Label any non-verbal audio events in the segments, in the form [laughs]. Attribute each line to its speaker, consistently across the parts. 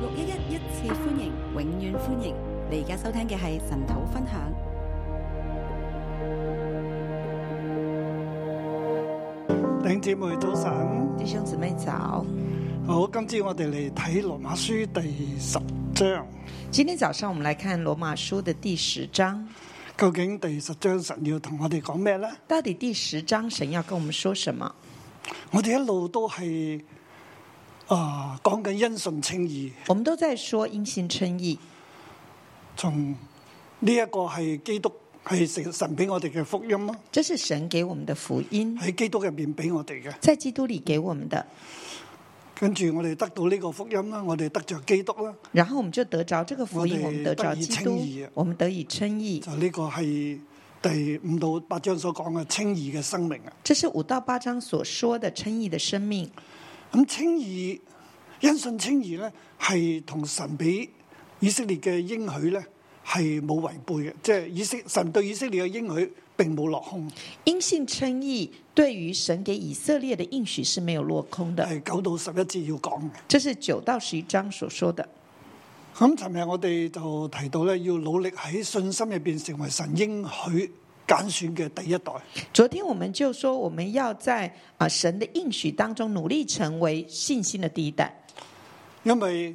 Speaker 1: 六一一一次歡迎，永遠歡迎！你而家收聽嘅係神土分享。
Speaker 2: 弟兄姊妹早晨，
Speaker 3: 弟兄姊妹早，
Speaker 2: 好，今朝我哋嚟睇羅馬書第十章，
Speaker 3: 今天早上我们来看罗马书的第十章。
Speaker 2: 究竟第十章神要同我哋講咩呢？
Speaker 3: 到底第十章神要跟我们说什么？
Speaker 2: 我哋一路都係啊講緊因信稱義，
Speaker 3: 我们都在说因信称义，
Speaker 2: 從呢一個係基督係神神俾我哋嘅福音咯，
Speaker 3: 这是神给我们的福音，
Speaker 2: 喺基督入面俾我哋嘅。
Speaker 3: 在基督里给我们的。
Speaker 2: 跟住我哋得到呢個福音啦，我哋得着基督啦，
Speaker 3: 然后我们就得着这个福音，
Speaker 2: 我
Speaker 3: 我
Speaker 2: 们
Speaker 3: 们得着基
Speaker 2: 得以
Speaker 3: 督
Speaker 2: 称义啊，
Speaker 3: 我们得以称义。
Speaker 2: 就呢個係第五到八章所講嘅稱義嘅生命啊。
Speaker 3: 这是五到八章所说的称义的生命。
Speaker 2: 咁稱義因信稱義咧，係同神俾以色列嘅應許咧係冇違背嘅，即係以色神對以色列嘅應許並冇落空，
Speaker 3: 因信称义对于神给以色列的应许是没有落空的，
Speaker 2: 係九到十一節要講嘅。
Speaker 3: 这是九到十一章所说的。
Speaker 2: 咁尋日我哋就提到咧，要努力喺信心入邊成為神應許揀選嘅第一代。
Speaker 3: 昨天我们就说，我们要在啊神的应许当中努力成为信心的第一代，
Speaker 2: 因為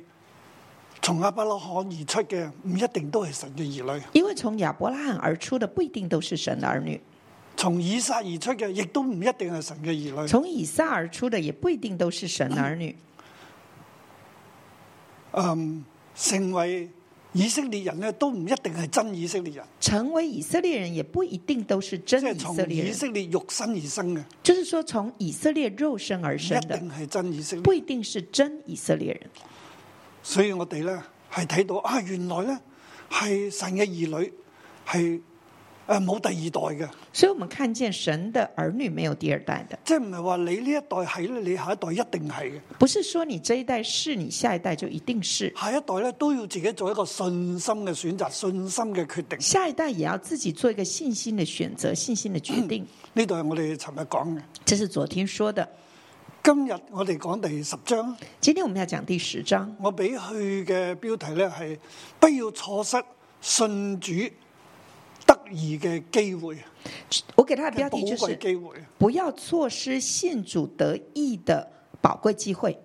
Speaker 2: 從亞伯拉罕而出嘅唔一定都係神嘅兒女，
Speaker 3: 因为从亚伯拉罕而出的不一定都是神的儿女，
Speaker 2: 從以撒而出嘅亦都唔一定係神嘅兒女。
Speaker 3: 从以撒而出的也不一定都是神的儿女。
Speaker 2: 成為以色列人咧，都唔一定係真以色列人，
Speaker 3: 成为以色列人也不一定都是
Speaker 2: 即
Speaker 3: 真
Speaker 2: 係
Speaker 3: 以色
Speaker 2: 從
Speaker 3: 列
Speaker 2: 以
Speaker 3: 人，
Speaker 2: 色列肉身而生嘅，唔
Speaker 3: 就是说从以色列肉身而生
Speaker 2: 一
Speaker 3: 的，
Speaker 2: 定係真以色
Speaker 3: 不
Speaker 2: 列。
Speaker 3: 一定是真以色列人。
Speaker 2: 所以我哋咧係睇到啊，原來咧係神嘅兒女係誒冇第二代嘅，
Speaker 3: 所以我们看见神的儿女没有第二代的，
Speaker 2: 即係唔係話你呢一代係咧，你下一代一定係嘅，
Speaker 3: 不是说你这一代是你下一代就一定是，
Speaker 2: 下一代咧都要自己做一個信心嘅選擇、信心嘅決定。
Speaker 3: 下一代也要自己做一个信心的选择、信心的决定。
Speaker 2: 呢度係我哋尋日講嘅，
Speaker 3: 这是昨天说的，
Speaker 2: 今日我哋講第十章啊。
Speaker 3: 今天我们要讲第十章。
Speaker 2: 我俾佢嘅標題咧係不要錯失信主得意嘅機會，
Speaker 3: 我给他的
Speaker 2: 嘅
Speaker 3: 标
Speaker 2: 寶
Speaker 3: 题就
Speaker 2: 貴
Speaker 3: 是
Speaker 2: 機會。
Speaker 3: “不要错失信主得意的宝贵机会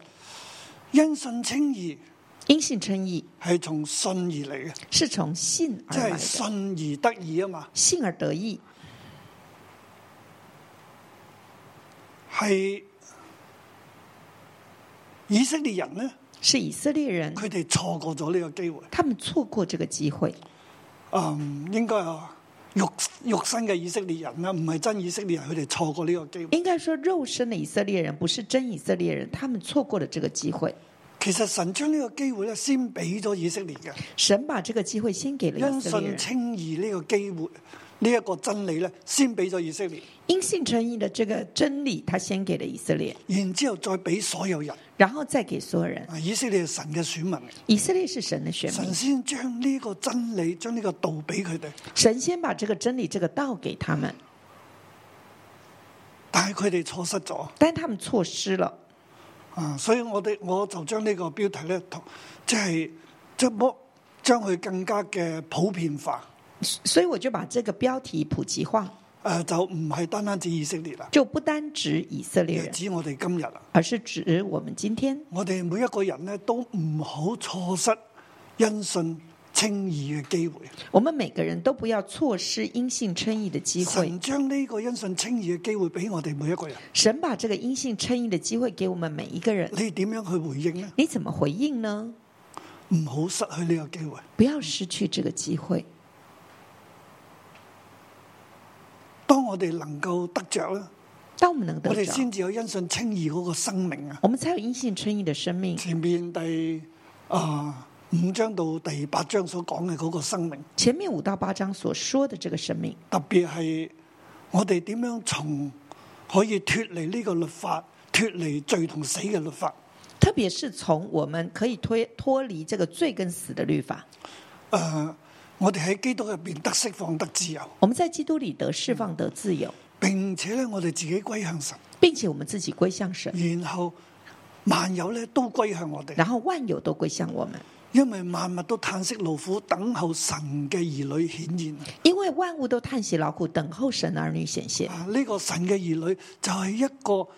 Speaker 2: 因信稱義”。
Speaker 3: 因信称义
Speaker 2: 係從信而嚟嘅，
Speaker 3: 是从信
Speaker 2: 即
Speaker 3: 而来
Speaker 2: 係
Speaker 3: 的，
Speaker 2: 信而得意啊嘛，
Speaker 3: 信而得意
Speaker 2: 係以色列人咧，
Speaker 3: 是以色列人，
Speaker 2: 佢哋錯過咗呢個機會。
Speaker 3: 他们错過这个机会。
Speaker 2: 嗯，應該啊，肉肉身嘅以色列人啦，唔係真以色列人，佢哋錯過呢個機會。
Speaker 3: 应该说，肉身的以色列人不是真以色列人，他们错过了这个机会。
Speaker 2: 其實神將呢個機會咧，先俾咗以色列嘅。
Speaker 3: 神把这个机会先给了以
Speaker 2: 因
Speaker 3: 色列
Speaker 2: 信
Speaker 3: 人，
Speaker 2: 稱義呢個機會，呢、一個真理咧，先俾咗以色列，
Speaker 3: 因信称义的这个真理，他先给了以色列，
Speaker 2: 然之後再俾所有人。
Speaker 3: 然后再给所有人。
Speaker 2: 啊以色列係神嘅選民，
Speaker 3: 以色列是神的选民
Speaker 2: 神，先將呢個真理，將呢個道俾佢哋，
Speaker 3: 神先把这个真理、这个道给他们，
Speaker 2: 但係佢哋錯失咗
Speaker 3: 但他们错失了。
Speaker 2: 啊！所以我哋我就將呢個標題咧，同即係即係將佢更加嘅普遍化。
Speaker 3: 所以我就把这个标题普及化，
Speaker 2: 誒、啊就唔係單單指以色列啦，
Speaker 3: 就不单指以色
Speaker 2: 而
Speaker 3: 列
Speaker 2: 係
Speaker 3: 人，
Speaker 2: 指我哋今日啦。
Speaker 3: 而是指我们今天。
Speaker 2: 我哋每一個人咧都唔好錯失因信稱義嘅機會。
Speaker 3: 我们每个人都不要错失因信称义的机会
Speaker 2: 神。將呢個因信稱義嘅機會俾我哋每一個
Speaker 3: [laughs]
Speaker 2: 人，
Speaker 3: 神把这个因信称义的机会给我们每一个人，
Speaker 2: 你點樣去回應呢？
Speaker 3: 你怎么回应呢？
Speaker 2: 唔好失去呢個機會。
Speaker 3: 不要失去这个机会。
Speaker 2: 當我哋能夠得着咧，
Speaker 3: 当我们能
Speaker 2: 我
Speaker 3: 得
Speaker 2: 哋
Speaker 3: 着，
Speaker 2: 先至有因信稱義嗰個生命啊！
Speaker 3: 我们才有因信称义的生命。
Speaker 2: 前面第啊、五章到第八章所講嘅嗰個生命，
Speaker 3: 前面五到八章所说的这个生命，
Speaker 2: 特別係我哋點樣從可以脱離呢個律法，脱離罪同死嘅律法。
Speaker 3: 特别是从我们可以推脱离这个罪跟死的律法，
Speaker 2: 誒、啊我哋喺基督入邊得釋放、得自由，
Speaker 3: 我们在基督里得释放、得自由，
Speaker 2: 並且咧我哋自己歸向神。
Speaker 3: 并且我们自己归向神，
Speaker 2: 然後唔萬有咧都歸向我哋，
Speaker 3: 然后万有都归向我们，
Speaker 2: 因為萬物都嘆息勞苦，等候神嘅兒女顯現。
Speaker 3: 因为万物都叹息劳苦，等候神儿女显现。
Speaker 2: 啊，呢、個神嘅兒女就係一個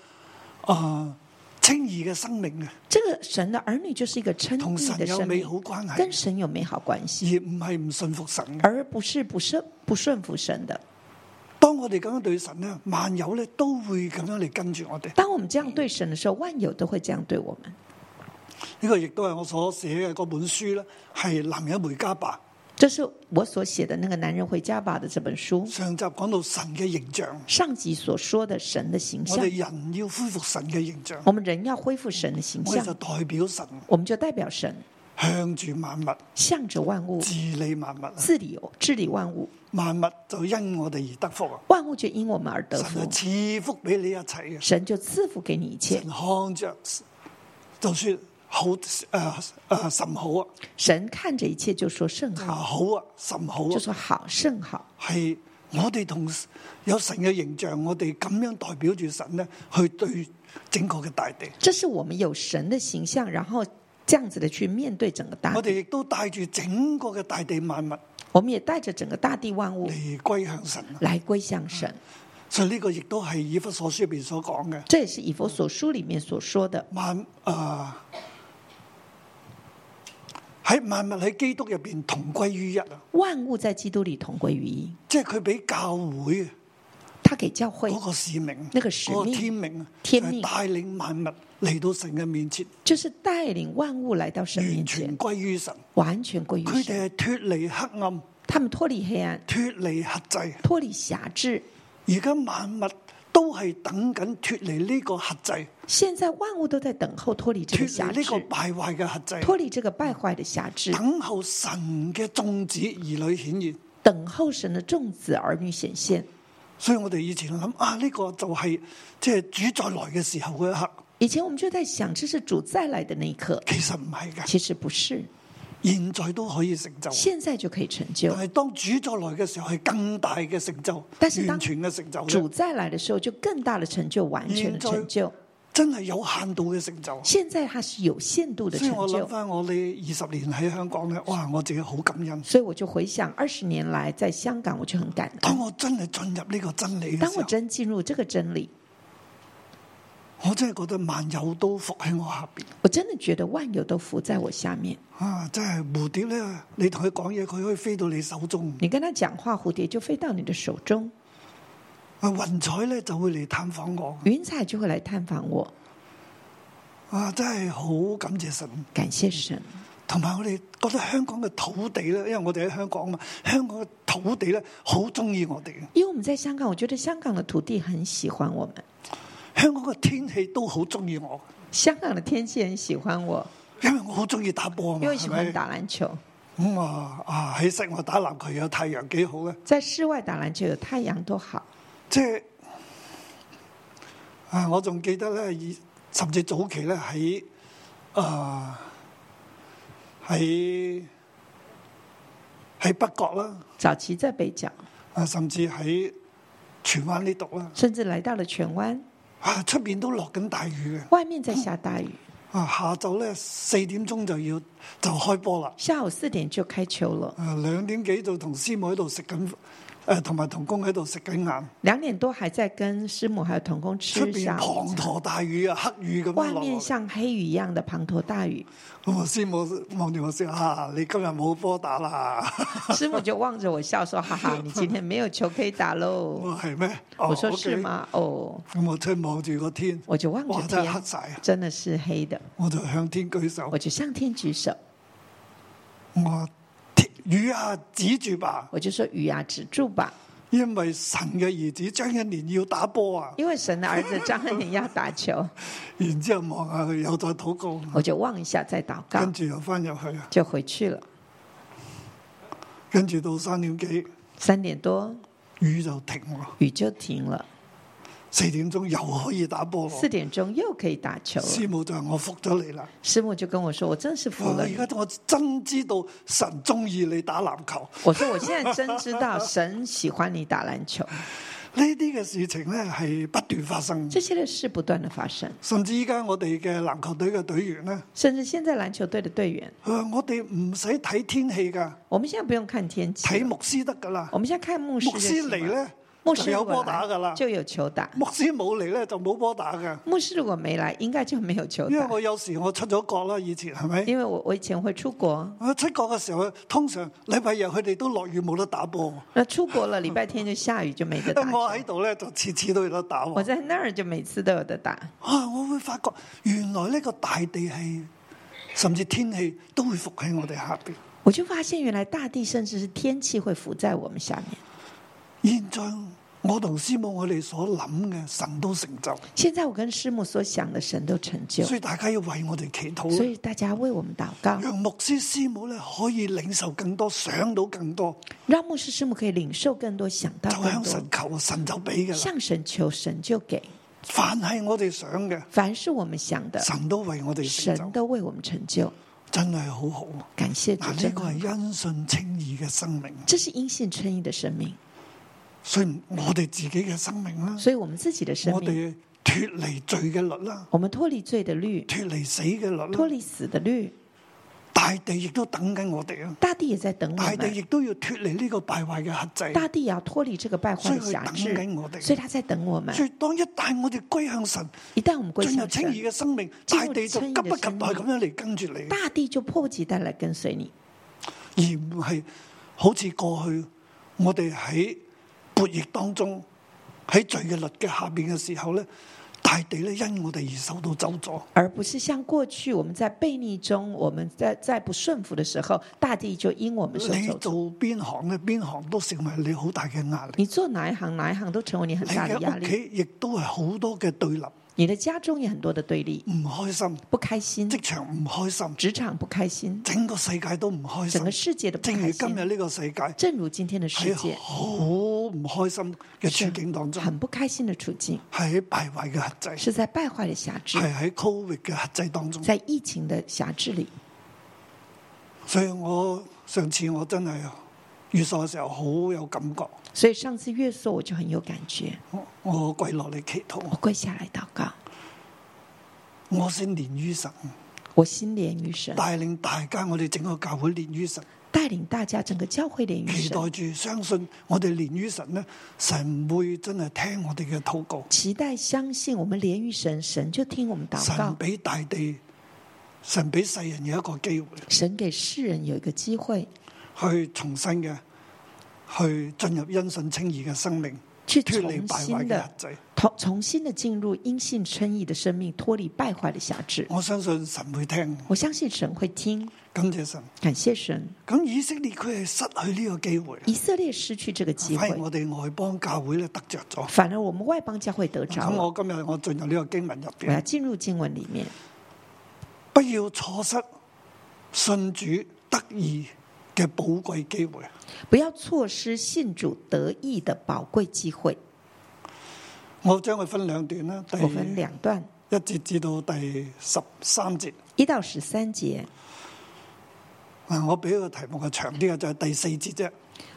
Speaker 2: 啊、清義嘅生命嘅，
Speaker 3: 这个神的儿女就是一个称
Speaker 2: 同
Speaker 3: 义
Speaker 2: 神
Speaker 3: 的
Speaker 2: 有
Speaker 3: 生
Speaker 2: 美
Speaker 3: 命
Speaker 2: 好，關係，
Speaker 3: 跟神有美好关
Speaker 2: 而
Speaker 3: 系，
Speaker 2: 唔係唔信服神嘅。
Speaker 3: 而不是不顺不顺服神的。
Speaker 2: 當我哋咁樣對神咧，萬有咧都會咁樣嚟跟住我哋。
Speaker 3: 当我们这样对神的时候，万有都会这样对我们。
Speaker 2: 呢、個亦都係我所寫嘅嗰本書咧，係男人回家吧。
Speaker 3: 这是我所写的那个《男人回家吧》的这本书，
Speaker 2: 上集講到神嘅形象，
Speaker 3: 上集所说的神的形
Speaker 2: 我
Speaker 3: 象，
Speaker 2: 哋人要恢復神嘅形象，
Speaker 3: 我们人要恢复神的形
Speaker 2: 我哋就
Speaker 3: 象，
Speaker 2: 代表神
Speaker 3: 我们就代表神，
Speaker 2: 向住萬物
Speaker 3: 向着万物
Speaker 2: 治理萬物啊，
Speaker 3: 治理治理万物，
Speaker 2: 萬物就因我哋而得福啊！
Speaker 3: 万物就因我们而得
Speaker 2: 神
Speaker 3: 福
Speaker 2: 係，賜福俾你一切嘅，
Speaker 3: 神就赐福给你一切
Speaker 2: 神。看着就算好誒誒甚好啊，
Speaker 3: 神看着一切就说甚
Speaker 2: 啊
Speaker 3: 好，
Speaker 2: 好啊甚好
Speaker 3: 就
Speaker 2: 啊，
Speaker 3: 说好甚好。
Speaker 2: 係我哋同有神嘅形象，我哋咁樣代表住神咧，去對整個嘅大地。
Speaker 3: 这是我们有神的形象，然后这样子的去面对整个大
Speaker 2: 我
Speaker 3: 地，
Speaker 2: 哋亦都带住整个嘅大地万物
Speaker 3: 我们也带着整个大地万物
Speaker 2: 嚟归向神啊！
Speaker 3: 来归向神。
Speaker 2: 嗯所以呢个亦都系以弗所书入边所讲嘅
Speaker 3: 这也是以佛所书里面所说的，
Speaker 2: 万啊喺、万物喺基督入边同归于一啊！
Speaker 3: 万物在基督里同归于一。
Speaker 2: 即系佢俾教会
Speaker 3: 他给教会
Speaker 2: 嗰个使命，
Speaker 3: 那個使命
Speaker 2: 嗰個天命啊，
Speaker 3: 天命
Speaker 2: 就係带领万物嚟到神嘅面前，
Speaker 3: 就是带领万物来到神面
Speaker 2: 完
Speaker 3: 前
Speaker 2: 全，归于神。
Speaker 3: 完全归于
Speaker 2: 佢
Speaker 3: 神。
Speaker 2: 哋系脱离黑暗，
Speaker 3: 他们脱离黑暗，
Speaker 2: 脱离轄制。
Speaker 3: 脱离辖制。
Speaker 2: 而家萬物都係等緊脱離呢個核制，
Speaker 3: 现在万物都在等候脱离这
Speaker 2: 脱
Speaker 3: 个辖
Speaker 2: 離呢
Speaker 3: 制
Speaker 2: 個，敗壞嘅核制，
Speaker 3: 脱离这个败坏的辖制，
Speaker 2: 等候神嘅眾子兒女顯現。
Speaker 3: 等候神的众子儿女显现。
Speaker 2: 所以我哋以前諗啊，呢、個就係即係主再來嘅時候嗰一刻，
Speaker 3: 以前我们就在想，这是主再来的那一刻，
Speaker 2: 其實唔係嘅，
Speaker 3: 其实不是，
Speaker 2: 現在都可以成就。
Speaker 3: 现在就可以成就
Speaker 2: 但。係當主再來嘅時候，係更大嘅成就，
Speaker 3: 但是當
Speaker 2: 完全嘅成就
Speaker 3: 主
Speaker 2: 嘅，
Speaker 3: 再来的时候，就更大的成就，完全的成就。
Speaker 2: 真係有限度嘅成就。
Speaker 3: 现在它是有限度的
Speaker 2: 所以我
Speaker 3: 成
Speaker 2: 諗
Speaker 3: 就，
Speaker 2: 翻我哋二十年喺香港咧，哇！我自己好感恩。
Speaker 3: 所以我就回想二十年来在香港，我就很感
Speaker 2: 當
Speaker 3: 恩。
Speaker 2: 我真係進入呢個真理嘅
Speaker 3: 当
Speaker 2: 時
Speaker 3: 我
Speaker 2: 候。
Speaker 3: 真进入这个真理，
Speaker 2: 我真係覺得萬有都伏喺我下邊
Speaker 3: 我真的觉得万有都伏在我下面。
Speaker 2: 啊！真係蝴蝶咧，你同佢講嘢，佢可以飛到你手中；
Speaker 3: 你跟他讲话，蝴蝶就飞到你的手中，
Speaker 2: 啊，雲彩咧就會嚟探訪我。
Speaker 3: 云彩就会来探访我。
Speaker 2: 啊，真係好感謝神！
Speaker 3: 感谢神。
Speaker 2: 同埋我哋覺得香港嘅土地咧，因為我哋喺香港嘛，香港嘅土地咧好中意我哋嘅，
Speaker 3: 因为我们在香港，我觉得香港的土地很喜欢我们，
Speaker 2: 香港嘅天氣都好中意我，
Speaker 3: 香港的天气很喜欢我，
Speaker 2: 因為我好中意打波啊嘛，
Speaker 3: 因为喜
Speaker 2: 係
Speaker 3: 欢
Speaker 2: 咪？
Speaker 3: 打篮球，
Speaker 2: 咁啊啊喺室外打籃球有太陽幾好咧，
Speaker 3: 在室外打篮球有太阳多好。
Speaker 2: 即係啊，我仲記得咧，以甚至早期咧喺啊喺喺北角啦，
Speaker 3: 早期在北角，
Speaker 2: 啊甚至喺荃灣呢度啦，
Speaker 3: 甚至来到了荃湾，
Speaker 2: 啊出邊都落緊大雨嘅，
Speaker 3: 外面在下大雨，
Speaker 2: 啊下晝咧四點鐘就要就開波啦，
Speaker 3: 下午四點就開球了，
Speaker 2: 啊兩點幾就同師母喺度食緊，誒同埋同工喺度食緊晏，
Speaker 3: 两點多还在跟師母還有童工
Speaker 2: 出
Speaker 3: 吃
Speaker 2: 邊
Speaker 3: 下午
Speaker 2: 滂
Speaker 3: 茶。
Speaker 2: 沱大雨啊黑雨咁樣
Speaker 3: 外
Speaker 2: 落
Speaker 3: 面
Speaker 2: 落嚟。
Speaker 3: 像黑雨一樣的滂沱大
Speaker 2: [laughs]
Speaker 3: 雨，
Speaker 2: 咁我師母望住我笑：啊，你今日冇波打啦！
Speaker 3: [laughs] 師母就望着我笑說：“哈哈，你今天沒有球可以打
Speaker 2: 我
Speaker 3: 嘍。
Speaker 2: 話係咩？”哦
Speaker 3: 我說：“是
Speaker 2: OK
Speaker 3: 嗎？”哦，
Speaker 2: 咁我出去望住個天，
Speaker 3: 我就望
Speaker 2: 哇！
Speaker 3: 着
Speaker 2: 真係黑
Speaker 3: 天，
Speaker 2: 晒啊！
Speaker 3: 真的是黑的，
Speaker 2: 我就向天舉手
Speaker 3: 我，就向天舉手，
Speaker 2: 我話天雨啊，止住吧！
Speaker 3: 我就說：“雨啊，止住吧，
Speaker 2: 因為神嘅兒子張一年要打波啊！
Speaker 3: 因為神的兒子張翰林要打
Speaker 2: [laughs]
Speaker 3: 球。
Speaker 2: 然之後望下佢，又再禱告，”
Speaker 3: 我就望一下，再禱告
Speaker 2: 跟，住又翻入去，啊
Speaker 3: 就回去了。
Speaker 2: 跟住到三點幾
Speaker 3: 三點多
Speaker 2: 雨就停咯，
Speaker 3: 雨就停了。
Speaker 2: 四點鐘又可以打波咯
Speaker 3: 四。點鐘又可以打球了。
Speaker 2: 師母就話：我服咗你啦！
Speaker 3: 師母就跟我說：“我真是服
Speaker 2: 哇！
Speaker 3: 了
Speaker 2: 而
Speaker 3: 你。
Speaker 2: 家我真知道神中意你打籃球。” [laughs]
Speaker 3: 我说：“我现在真知道神喜欢你打籃球。
Speaker 2: 呢啲嘅事情咧係不斷發生，
Speaker 3: 这些的事不断的發生，
Speaker 2: 甚至依家我哋嘅籃球隊嘅隊員咧，
Speaker 3: 甚至現在籃球隊的隊員，
Speaker 2: 佢話我哋唔使睇天氣㗎，
Speaker 3: 我們現在不用看天氣
Speaker 2: 睇
Speaker 3: 了，
Speaker 2: 牧師得㗎啦。
Speaker 3: 我們現在看哦牧師
Speaker 2: 牧
Speaker 3: 就
Speaker 2: 師
Speaker 3: 行
Speaker 2: 嚟
Speaker 3: 了，
Speaker 2: 咧，
Speaker 3: 牧
Speaker 2: 就
Speaker 3: 師如
Speaker 2: 有
Speaker 3: 果
Speaker 2: 波打㗎
Speaker 3: 來
Speaker 2: 啦。
Speaker 3: 就有球打，
Speaker 2: 牧師冇嚟咧就冇波打㗎，
Speaker 3: 牧師如果沒來，應該就沒有球
Speaker 2: 因為
Speaker 3: 打，
Speaker 2: 我有時我出咗國啦，以前係咪？
Speaker 3: 因為我我以前會出國，
Speaker 2: 我出國嘅時候，通常禮拜日佢哋都落雨冇得打波，
Speaker 3: 那出國了，禮拜天就下雨，就沒得打
Speaker 2: [laughs]
Speaker 3: 球
Speaker 2: 我喺度咧就次次都有得打喎。
Speaker 3: 我在那兒就每次都有得打，
Speaker 2: 啊！我會發覺原來呢個大地係甚至天氣都會伏喺我哋下邊。
Speaker 3: 我就發現原來大地甚至是天氣會伏在我們下面。
Speaker 2: 現在我同師母我哋所諗嘅神都成就，
Speaker 3: 現在我跟師母所想的神都成就，
Speaker 2: 所以大家要為我哋祈
Speaker 3: 所
Speaker 2: 禱，
Speaker 3: 以大家為我們禱告，
Speaker 2: 讓牧師師母咧可以領受更多，想到更多，
Speaker 3: 讓牧師師母可以領受更多，想到
Speaker 2: 就
Speaker 3: 更
Speaker 2: 向
Speaker 3: 多
Speaker 2: 神，求，神就俾噶啦。
Speaker 3: 向神求，神就給。
Speaker 2: 凡係我哋想嘅，
Speaker 3: 凡是我們想的，
Speaker 2: 神都為我哋成
Speaker 3: 神
Speaker 2: 就，
Speaker 3: 都為我們成就。
Speaker 2: 真係好好。
Speaker 3: 感謝主
Speaker 2: 嗱，，呢
Speaker 3: 真
Speaker 2: 個
Speaker 3: 好
Speaker 2: 係因信稱義嘅生命，
Speaker 3: 这是因信稱義的生命，
Speaker 2: 所以我哋自己嘅生命啦，
Speaker 3: 所以我們自己的生
Speaker 2: 我
Speaker 3: 命，
Speaker 2: 哋脱離罪嘅律啦。
Speaker 3: 我們脫離罪的律，
Speaker 2: 脱離死嘅律
Speaker 3: 脫
Speaker 2: 啦，
Speaker 3: 離死的律，
Speaker 2: 大地亦都等緊我哋啊！
Speaker 3: 大地也在等我
Speaker 2: 大地
Speaker 3: 們，
Speaker 2: 亦都要脱離呢個敗壞嘅轄制，
Speaker 3: 大地也要脫離這個敗
Speaker 2: 所
Speaker 3: 壞
Speaker 2: 以佢
Speaker 3: 的轄
Speaker 2: 等
Speaker 3: 制，
Speaker 2: 緊我
Speaker 3: 所以
Speaker 2: 哋。
Speaker 3: 他在等我們
Speaker 2: 所。以當一旦我哋歸向神，
Speaker 3: 一旦我們歸
Speaker 2: 進入
Speaker 3: 向
Speaker 2: 清義
Speaker 3: 神，
Speaker 2: 嘅生命，
Speaker 3: 進入
Speaker 2: 大地就急不及待咁樣嚟跟住你，
Speaker 3: 大地就迫不及待來跟隨你，
Speaker 2: 而唔係好似過去我哋喺悖逆當中，喺罪嘅律嘅下邊嘅時候咧，大地咧因我哋而受到咒詛。
Speaker 3: 而不是像過去我們在悖逆中，我們在在不順服的時候，大地就因我們受
Speaker 2: 你
Speaker 3: 咒詛。
Speaker 2: 做邊行咧，邊行都成為你好大嘅壓力。
Speaker 3: 你做哪一行哪一行都成為你很
Speaker 2: 你
Speaker 3: 大的壓
Speaker 2: 嘅屋
Speaker 3: 力，
Speaker 2: 企亦都係好多嘅對立。
Speaker 3: 你的家中也很多的對立，
Speaker 2: 唔開心，
Speaker 3: 不開心，
Speaker 2: 職場唔開心，
Speaker 3: 職場不開心，
Speaker 2: 整個世界都唔開
Speaker 3: 整個
Speaker 2: 心。
Speaker 3: 世界都不
Speaker 2: 正如
Speaker 3: 開
Speaker 2: 今日哎
Speaker 3: 心。
Speaker 2: 呢個世界
Speaker 3: 正如今天的世
Speaker 2: 喺
Speaker 3: 界，
Speaker 2: 好唔開心嘅處境當中，
Speaker 3: 很不開心的處境，
Speaker 2: 係喺敗壞嘅轄制，
Speaker 3: 是在敗壞的轄制，
Speaker 2: 係喺 Covid 嘅轄制當中。
Speaker 3: 在疫情的轄制裡。
Speaker 2: 所以我上次我真係遇數嘅時候好有感覺，
Speaker 3: 所以上次月朔我就很有感覺，
Speaker 2: 我我跪落嚟祈禱
Speaker 3: 我，跪下來禱告，
Speaker 2: 我先連於神，
Speaker 3: 嗯我心連於神，
Speaker 2: 帶領大家我哋整個教會連於神，
Speaker 3: 帶領大家整個教會連於
Speaker 2: 期
Speaker 3: 神。
Speaker 2: 待住相信我哋連於神呢，神會真係聽我哋嘅禱告。
Speaker 3: 期待相信我們連於神，神就聽我們禱
Speaker 2: 神
Speaker 3: 告。
Speaker 2: 俾大地，神俾世人有一個機會
Speaker 3: 神給世人有一個機會
Speaker 2: 去重新嘅去進入因信稱義嘅生命，
Speaker 3: 去
Speaker 2: 脱離
Speaker 3: 重
Speaker 2: 敗壞
Speaker 3: 新
Speaker 2: 嘅
Speaker 3: 的
Speaker 2: 轄制。
Speaker 3: 重重新的进入因信稱義的生命，脫離敗壞的轄制。
Speaker 2: 我相信神會聽，
Speaker 3: 我相信神會聽，
Speaker 2: 感謝神。
Speaker 3: 感謝神。
Speaker 2: 咁以色列佢係失去呢個機會，
Speaker 3: 以色列失去這個機
Speaker 2: 反而
Speaker 3: 會，
Speaker 2: 我哋外邦教會咧得着咗。
Speaker 3: 反而我們外邦教會得着
Speaker 2: 咁
Speaker 3: 了。
Speaker 2: 啊我今日我進入呢個經文入
Speaker 3: 我要
Speaker 2: 邊，
Speaker 3: 進入經文裡面，
Speaker 2: 不要錯失信主得意嘅寶貴機會。
Speaker 3: 不要錯失信主得益的寶貴機會。
Speaker 2: 我將佢分兩段啦，第
Speaker 3: 我分兩段，
Speaker 2: 一節至到第十三節。
Speaker 3: 一到十三節，
Speaker 2: 嗱，我俾個題目係長啲嘅，就係、第四節啫。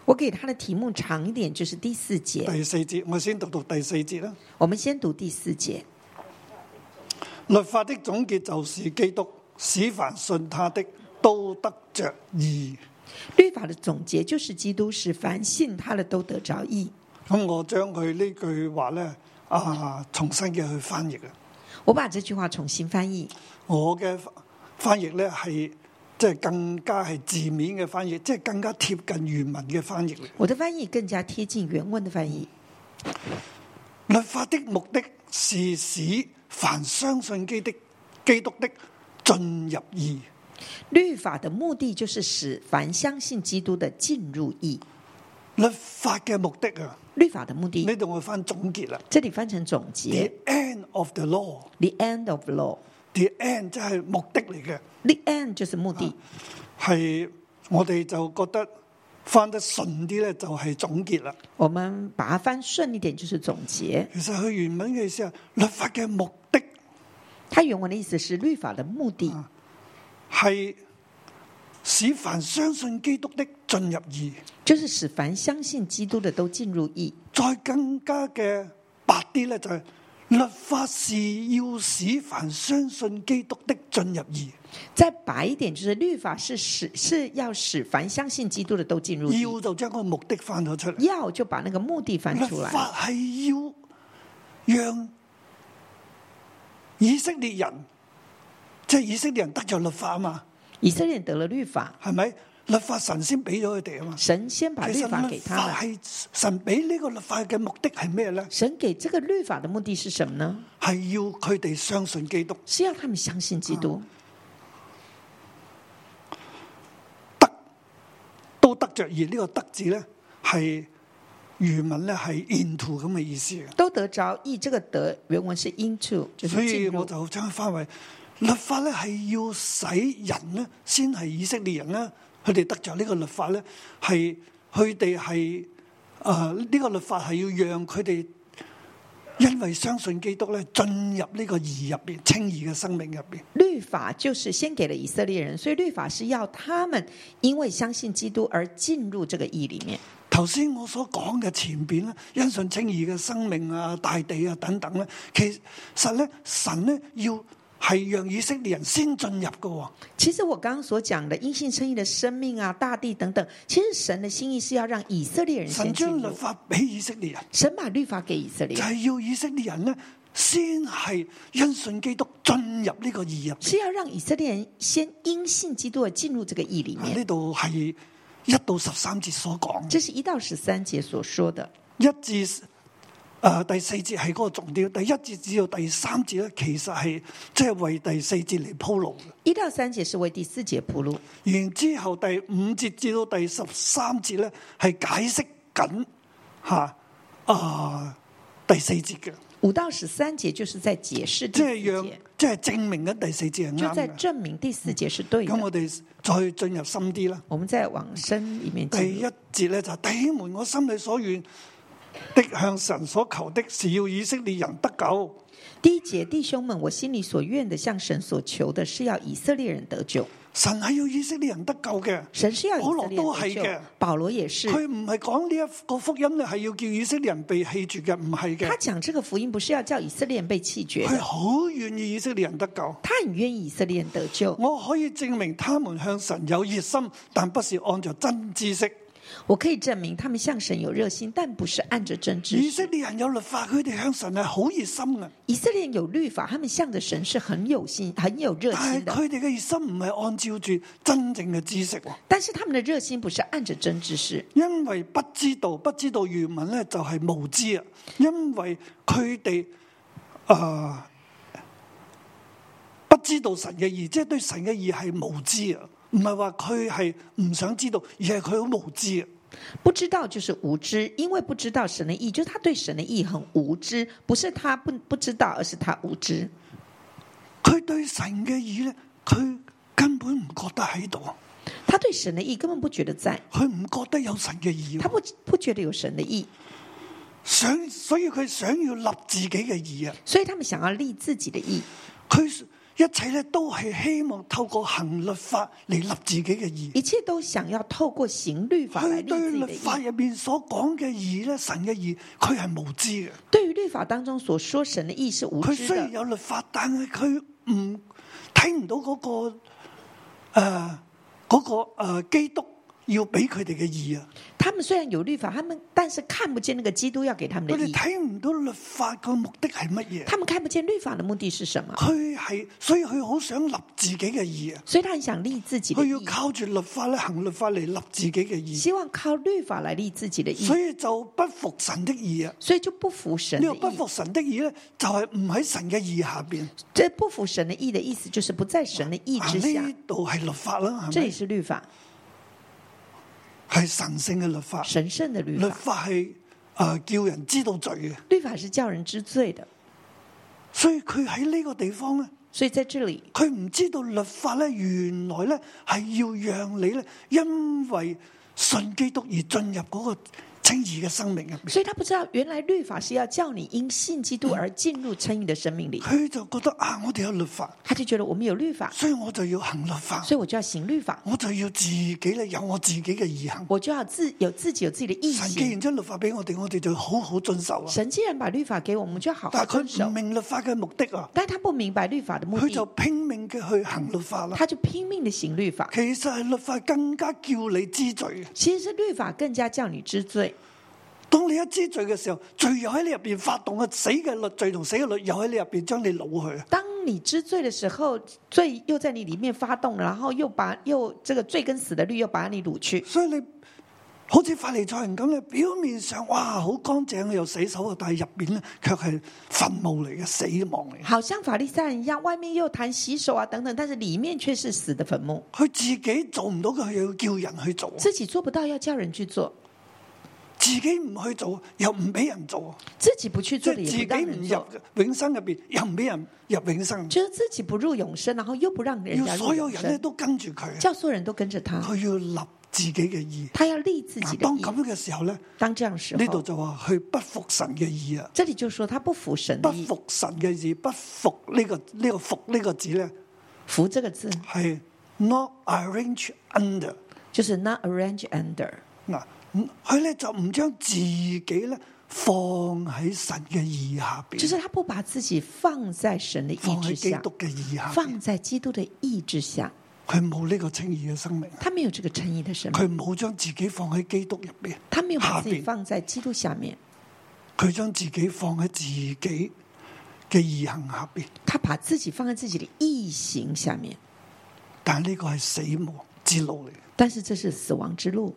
Speaker 3: 我給他的題目長一點，就是第四節。
Speaker 2: 第四節，我先讀讀第四節啦。
Speaker 3: 我們先讀第四節。
Speaker 2: 律法的總結就是基督，使凡信他的都得着義。
Speaker 3: 律法的總結就是基督使凡信他的都得着義。
Speaker 2: 咁我將佢呢句話呢，啊，重新嘅去翻譯啊。
Speaker 3: 我把這句話重新翻譯，
Speaker 2: 我嘅翻譯呢係即係更加係字面嘅翻譯，即係更加貼近原文嘅翻譯嚟。
Speaker 3: 我的翻譯更加貼近原文的翻譯。
Speaker 2: 律法的目的是使凡相信基督基督的進入義。
Speaker 3: 律法的目的就是使凡相信基督的進入義。
Speaker 2: 律法嘅目的啊。
Speaker 3: 律法的目的，
Speaker 2: 呢度我翻總結啦。
Speaker 3: 這裡翻成總結
Speaker 2: The end of the law,
Speaker 3: ，the end of law，the
Speaker 2: the end 即係目的嚟嘅，
Speaker 3: end 就是目的。
Speaker 2: 係我哋就覺得翻得順啲咧，就係總結啦。
Speaker 3: 我們把它翻順一點，就是總結。
Speaker 2: 其實佢原文嘅意思係律法嘅目的啊
Speaker 3: 它原文的意思是律法的目的
Speaker 2: 係使凡相信基督的進入義，
Speaker 3: 就是使凡相信基督的都进入义。
Speaker 2: 再更加嘅白啲咧就係律法是要使凡相信基督的進入義，
Speaker 3: 再白一点，就是律法是使是要使凡相信基督的都进入义。
Speaker 2: 要就將個目的翻咗出嚟。
Speaker 3: 要就把那个目的翻
Speaker 2: 律
Speaker 3: 出来，
Speaker 2: 法係要讓以色列人，即、係以色列人得咗律法啊嘛，
Speaker 3: 以色列人得了律法，
Speaker 2: 係咪？律法神先俾咗佢哋啊嘛。
Speaker 3: 神先把
Speaker 2: 其
Speaker 3: 律法
Speaker 2: 實
Speaker 3: 给
Speaker 2: 律
Speaker 3: 他
Speaker 2: 法
Speaker 3: 们。
Speaker 2: 係神俾呢個律法嘅目的係咩咧？
Speaker 3: 神给这个律法的目的是什么呢？
Speaker 2: 係要佢哋相信基督
Speaker 3: 是要他们相信基
Speaker 2: 啊
Speaker 3: 督，
Speaker 2: 得都得着義。呢個得字咧係原文咧係 into 咁嘅意思嘅。
Speaker 3: 都得着义。这个得原文是 into，就
Speaker 2: 所
Speaker 3: 是
Speaker 2: 以
Speaker 3: 进
Speaker 2: 我
Speaker 3: 入。
Speaker 2: 就將佢翻為律法咧，係要使人咧，先係以色列人咧，佢哋得着呢個律法咧，係佢哋係誒呢個律法係要讓佢哋因為相信基督咧，進入呢個義入邊，清義嘅生命入邊。
Speaker 3: 律法就是先给了以色列人，所以律法是要他们因为相信基督而进入这个义里面。
Speaker 2: 頭先我所講嘅前邊咧，因信稱義嘅生命啊、大地啊等等咧，其實咧神咧要係讓以色列人先進入嘅喎。
Speaker 3: 其实我刚刚所讲的因信称义的生命啊、大地等等，其实神的心意是要让以色列人
Speaker 2: 神
Speaker 3: 先进
Speaker 2: 將律
Speaker 3: 入。
Speaker 2: 法俾以色列人。
Speaker 3: 神把律法给以色列
Speaker 2: 就
Speaker 3: 人，
Speaker 2: 係要以色列人呢，先係因信基督進入呢個義入。
Speaker 3: 是要让以色列人先因信基督而进入这个义里
Speaker 2: 啊呢
Speaker 3: 面。
Speaker 2: 度係一到十三節所講，
Speaker 3: 这是一到十三节所说的。
Speaker 2: 一至呃第四節係嗰個重點，第一節至到第三節咧，其實係即係為第四節嚟鋪路嘅。
Speaker 3: 一到三节是为第四节铺路，
Speaker 2: 然之後第五節至到第十三節咧，係解釋緊吓啊、第四節嘅，
Speaker 3: 五到十三节就是在解释第
Speaker 2: 即
Speaker 3: 四
Speaker 2: 係讓
Speaker 3: 节，
Speaker 2: 即係證明緊第四節係
Speaker 3: 就在
Speaker 2: 啱嘅。
Speaker 3: 证明第四节是对
Speaker 2: 咁
Speaker 3: 的。
Speaker 2: 我哋再進入深啲啦。
Speaker 3: 我们再往深里面
Speaker 2: 第
Speaker 3: 进
Speaker 2: 一
Speaker 3: 入。
Speaker 2: 節咧就係弟兄們，我心裏所願的向神所求的，是要以色列人得救。
Speaker 3: 第一节，弟兄们，我心里所愿的，向神所求的，是要以色列人得救。
Speaker 2: 神係要以色列人得救嘅，
Speaker 3: 神是要以色
Speaker 2: 保
Speaker 3: 列
Speaker 2: 罗都
Speaker 3: 人得
Speaker 2: 是
Speaker 3: 救
Speaker 2: 的，
Speaker 3: 保罗也是。
Speaker 2: 佢唔係講呢一個福音咧，係要叫以色列人被棄絕嘅，唔係
Speaker 3: 他
Speaker 2: 嘅。
Speaker 3: 讲这个福音不是要叫以色列人被弃绝
Speaker 2: 佢
Speaker 3: 的，
Speaker 2: 好願意以色列人得救。
Speaker 3: 他很愿意以色列人得救。
Speaker 2: 我可以證明他們向神有熱心，但不是按照真知識。
Speaker 3: 我可以证明他们向神有热心，但不是按着真知
Speaker 2: 以
Speaker 3: 识。
Speaker 2: 色列人有律法，佢哋向神係好熱心嘅，
Speaker 3: 以色列人有律法，他们向着神是很有心、很有热
Speaker 2: 但
Speaker 3: 心
Speaker 2: 係
Speaker 3: 的，
Speaker 2: 佢哋嘅熱心唔係按照住真正嘅知識喎。
Speaker 3: 但是他们的热心不是按着真知识，
Speaker 2: 因为不知道，不知道原文咧就系无知啊！因为佢哋啊不知道神嘅意，即系对神嘅意系无知啊！唔系话佢系唔想知道，而系佢好无知啊！
Speaker 3: 不知道就是无知，因为不知道神的意，就是他对神的意很无知，不是他不不知道，而是他无知。
Speaker 2: 佢对神嘅意咧，佢根本唔觉得喺度，啊
Speaker 3: 他对神的意根本不觉得在，
Speaker 2: 佢唔觉得有神嘅意，啊
Speaker 3: 他不不觉得有神的意，
Speaker 2: 想所以佢想要立自己嘅意啊！
Speaker 3: 所以他们想要立自己的意，
Speaker 2: 佢一切咧都系希望透过行律法嚟立自己嘅意。
Speaker 3: 一切都想要透过行律法
Speaker 2: 佢
Speaker 3: 来立自
Speaker 2: 對
Speaker 3: 己
Speaker 2: 律
Speaker 3: 的意。
Speaker 2: 法入面所講嘅義咧，神嘅義，佢係無知嘅。
Speaker 3: 对于律法当中所说神的意是无
Speaker 2: 佢
Speaker 3: 知
Speaker 2: 雖然
Speaker 3: 的，
Speaker 2: 有律法，但係佢唔睇唔到嗰、個个呃嗰、個呃基督要俾佢哋嘅義啊！
Speaker 3: 他们虽然有律法，他们但是看不见那个基督要给他们
Speaker 2: 佢
Speaker 3: 的
Speaker 2: 哋
Speaker 3: 意，
Speaker 2: 睇唔到律法個目的係乜嘢？
Speaker 3: 他们看不见律法的目的是什么，
Speaker 2: 佢係所以佢好想立自己嘅義啊！
Speaker 3: 所以他很想立自己的
Speaker 2: 佢要
Speaker 3: 意，
Speaker 2: 靠住律法咧行律法嚟立自己嘅義，
Speaker 3: 希望靠律法来立自己的意
Speaker 2: 所，以就不服神的義啊！
Speaker 3: 所以就不服神
Speaker 2: 呢
Speaker 3: 的
Speaker 2: 個不
Speaker 3: 意。
Speaker 2: 服神的義咧，就係唔喺神嘅義下边。
Speaker 3: 这不服神的意的意思就是不在神的意
Speaker 2: 啊
Speaker 3: 之下
Speaker 2: 呢。度係律法啦，係咪
Speaker 3: 这里是律法，
Speaker 2: 系神圣嘅律法，
Speaker 3: 神圣的律
Speaker 2: 律
Speaker 3: 法，
Speaker 2: 法系诶、呃叫人知道罪嘅，
Speaker 3: 律法是叫人知罪的，
Speaker 2: 所以佢喺呢個地方咧，
Speaker 3: 所以在这里，
Speaker 2: 佢唔知道律法咧，原來咧係要讓你咧，因為信基督而進入嗰個稱義嘅生命入面。
Speaker 3: 所以他不知道原来律法是要叫你因信基督而进入称义的生命里，
Speaker 2: 佢就覺得啊，我哋有律法，
Speaker 3: 他就觉得我们有律法，
Speaker 2: 所以我就要行律法，
Speaker 3: 所以我就要行律法，
Speaker 2: 我就要自己咧有我自己嘅義行。
Speaker 3: 我就要自有自己有自己的意
Speaker 2: 神既
Speaker 3: 行。
Speaker 2: 然將律法俾我哋，我哋就好好遵守啊。
Speaker 3: 神既然把律法给我们，我们就要好好
Speaker 2: 但係
Speaker 3: 遵
Speaker 2: 佢
Speaker 3: 守
Speaker 2: 唔。明律法嘅目的啊，
Speaker 3: 但他不明白律法的目
Speaker 2: 佢就
Speaker 3: 的，
Speaker 2: 拼命嘅去行律法啦。
Speaker 3: 他就拼命的行律法。
Speaker 2: 其實係律法更加叫你知罪。
Speaker 3: 其实是律法更加叫你知罪。
Speaker 2: 當你一知罪嘅時候，罪又喺你入邊發動啊，死嘅律罪同死嘅律又喺你入邊將你擄去啊。
Speaker 3: 当你知罪的时候，罪又在你里面发动，然后又把又这个罪跟死的律又把你掳去。
Speaker 2: 所以你好似法利賽人咁，你表面上哇好乾淨又洗手啊，但係入邊咧卻係墳墓嚟嘅，死亡嚟嘅。
Speaker 3: 好像法利赛人一样，外面又谈洗手啊等等，但是里面却是死的坟墓，
Speaker 2: 佢自己做唔到嘅，佢又要叫人去做；啊
Speaker 3: 自己做不到要叫人去做，
Speaker 2: 自己唔去做，又唔俾人做；啊
Speaker 3: 自己不去
Speaker 2: 即
Speaker 3: 做
Speaker 2: 係
Speaker 3: 的
Speaker 2: 自
Speaker 3: 也不
Speaker 2: 己
Speaker 3: 让
Speaker 2: 唔
Speaker 3: 人做，
Speaker 2: 入永生入邊，又唔俾人入永生。
Speaker 3: 就是自己不入永生，然后又不让人
Speaker 2: 要
Speaker 3: 家入
Speaker 2: 所有人
Speaker 3: 永
Speaker 2: 咧
Speaker 3: 生，
Speaker 2: 都跟住佢，啊
Speaker 3: 叫所有人都跟着他，
Speaker 2: 佢要立自己嘅意。
Speaker 3: 他要立自己
Speaker 2: 嗱，
Speaker 3: 的
Speaker 2: 當
Speaker 3: 意
Speaker 2: 咁。樣嘅時候咧，
Speaker 3: 当这样的时
Speaker 2: 呢度
Speaker 3: 候，
Speaker 2: 就話佢不服神嘅意啊，
Speaker 3: 这里就说他不服神
Speaker 2: 不
Speaker 3: 的意，
Speaker 2: 服神嘅意，不服呢、個呢、個服呢個字咧
Speaker 3: 服这个字
Speaker 2: 係 not arrange under
Speaker 3: 就是 not arrange under。
Speaker 2: 嗱，佢咧就唔將自己咧放喺神嘅意下邊，
Speaker 3: 就是他不把自己放在神的意
Speaker 2: 放喺
Speaker 3: 志
Speaker 2: 基
Speaker 3: 下，
Speaker 2: 督嘅意下邊，
Speaker 3: 放在基督的意志下，
Speaker 2: 佢冇呢個清義嘅生命，啊
Speaker 3: 他没有这个诚意的生命，
Speaker 2: 佢冇將自己放喺基督入邊，
Speaker 3: 他没有把
Speaker 2: 下
Speaker 3: 自己
Speaker 2: 邊。
Speaker 3: 放在基督下面，
Speaker 2: 佢將自己放喺自己嘅義行下邊，
Speaker 3: 他把自己放在自己的意行下面。
Speaker 2: 但呢個係死亡之路嚟嘅。
Speaker 3: 但是这是死亡之路，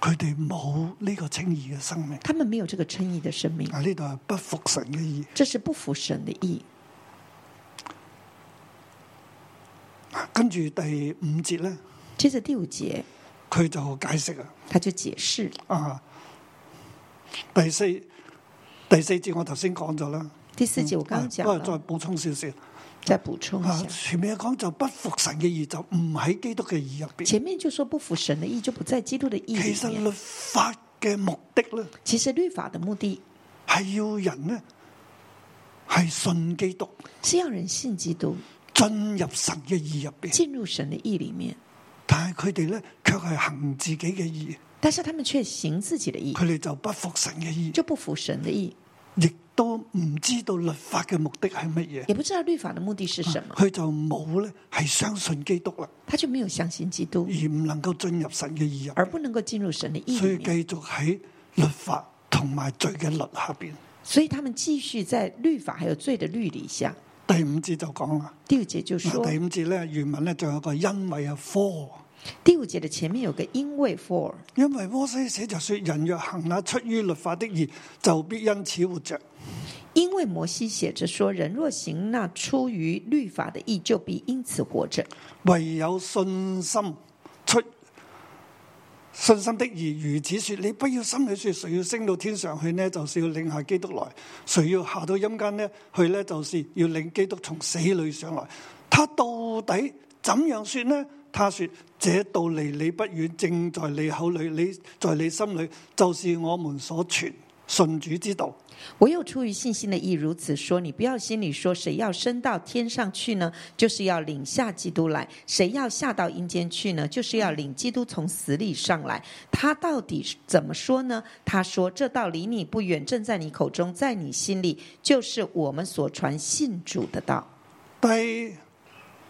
Speaker 2: 佢哋冇呢個清義嘅生命。
Speaker 3: 他们没有这个称义的生命，
Speaker 2: 啊，呢度係不服神嘅意。
Speaker 3: 这是不服神的意。
Speaker 2: 啊跟住第五節咧，
Speaker 3: 接着第五节，
Speaker 2: 佢就解釋啊，
Speaker 3: 他就解释
Speaker 2: 啊，第四第四節我頭先講咗啦，
Speaker 3: 第四节，我刚
Speaker 2: 啊
Speaker 3: 刚讲
Speaker 2: 不過再
Speaker 3: 了，
Speaker 2: 補充少少。
Speaker 3: 再补充一
Speaker 2: 啊，
Speaker 3: 下。
Speaker 2: 前面講就不服神嘅意就唔喺基督嘅意入邊。
Speaker 3: 前面就说不服神的意就不在基督的意
Speaker 2: 其
Speaker 3: 里
Speaker 2: 實
Speaker 3: 面。
Speaker 2: 律法嘅目的咧，
Speaker 3: 其实律法的目的
Speaker 2: 係要人咧係信基督。
Speaker 3: 是要人信基督，
Speaker 2: 进入神嘅意入边，
Speaker 3: 进入神的意里面。
Speaker 2: 但系佢哋咧却系行自己嘅意，
Speaker 3: 但是他们却行自己的意
Speaker 2: 佢，哋就不服神嘅意，
Speaker 3: 就不服神的意，
Speaker 2: 亦都唔知道律法嘅目的系乜嘢，
Speaker 3: 也不知道律法的目的是什么，
Speaker 2: 佢就冇咧系相信基督啦，
Speaker 3: 他就没有相信基督
Speaker 2: 而，唔能够进入神嘅意入，
Speaker 3: 而不能够进入神的意
Speaker 2: 嗯所
Speaker 3: 里
Speaker 2: 以继
Speaker 3: 面，
Speaker 2: 续喺律法同埋罪嘅律下边。
Speaker 3: 所以他们继续在律法还有罪的律理下。
Speaker 2: 第五节就讲啦，
Speaker 3: 第五节就说
Speaker 2: 嗱，第五节咧原文咧仲有个因为啊 for。
Speaker 3: 第五节的前面有个因为 for，
Speaker 2: 因为摩西写就说：人若行那出于律法的义，就必因此活着。
Speaker 3: 因为摩西写着说，人若行那出于律法的义，就必因此活着。
Speaker 2: 唯有信心出信心的義，如此說：你不要心裏說，誰要升到天上去呢？就是要領下基督來；誰要下到陰間呢？去呢，就是要領基督從死裏上來。他到底怎樣說呢？他說：這道離你不遠，正在你口裏，你在你心裏，就是我們所傳信主之道。
Speaker 3: 唯有出于信心的意如此说：你不要心里说，谁要升到天上去呢？就是要领下基督来；谁要下到阴间去呢？就是要领基督从死里上来。他到底怎么说呢？他说：这道离你不远，正在你口中，在你心里，就是我们所传信主的道。
Speaker 2: 第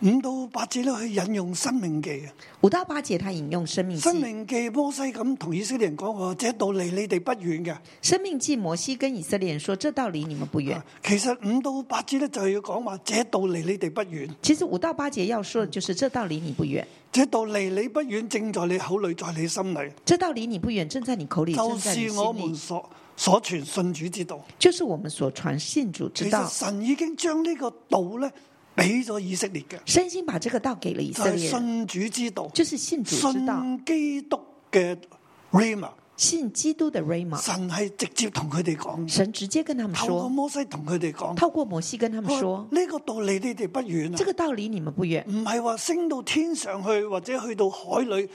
Speaker 2: 五到八節咧，去引用《生命記》啊。
Speaker 3: 五到八节，他引用生命
Speaker 2: 《申
Speaker 3: 记，
Speaker 2: 命記》摩西咁同以色列人講話，這道離你哋不遠嘅。
Speaker 3: 生命记摩西跟以色列人说：这道离你们不远
Speaker 2: 啊。其實五到八節咧就係要講話，這道離你哋不遠，
Speaker 3: 其实五到八节要说的就是这道离你不远，
Speaker 2: 這道離你不遠，正在你口裏，在你心裏，
Speaker 3: 这道离你不远，正在你口里，
Speaker 2: 就
Speaker 3: 正在你
Speaker 2: 是我
Speaker 3: 心里
Speaker 2: 們。所所傳信主之道。
Speaker 3: 就是我们所传信主之
Speaker 2: 其
Speaker 3: 道
Speaker 2: 實。神已經將呢個道咧俾咗以色列嘅，
Speaker 3: 身心把这个道给了以
Speaker 2: 就
Speaker 3: 色
Speaker 2: 係
Speaker 3: 列人，
Speaker 2: 信主之道，
Speaker 3: 就是信主之道，
Speaker 2: 信基督嘅 rama。
Speaker 3: 信基督的 rama。
Speaker 2: 神係直接同佢哋講，
Speaker 3: 啊神直接跟他们
Speaker 2: 透過
Speaker 3: 说，
Speaker 2: 摩西同佢哋講，
Speaker 3: 透过摩西跟他们说
Speaker 2: 話，呢個道離你哋不啊遠啊
Speaker 3: 这。个道离你们不远，
Speaker 2: 唔係話升到天上去或者去到海裏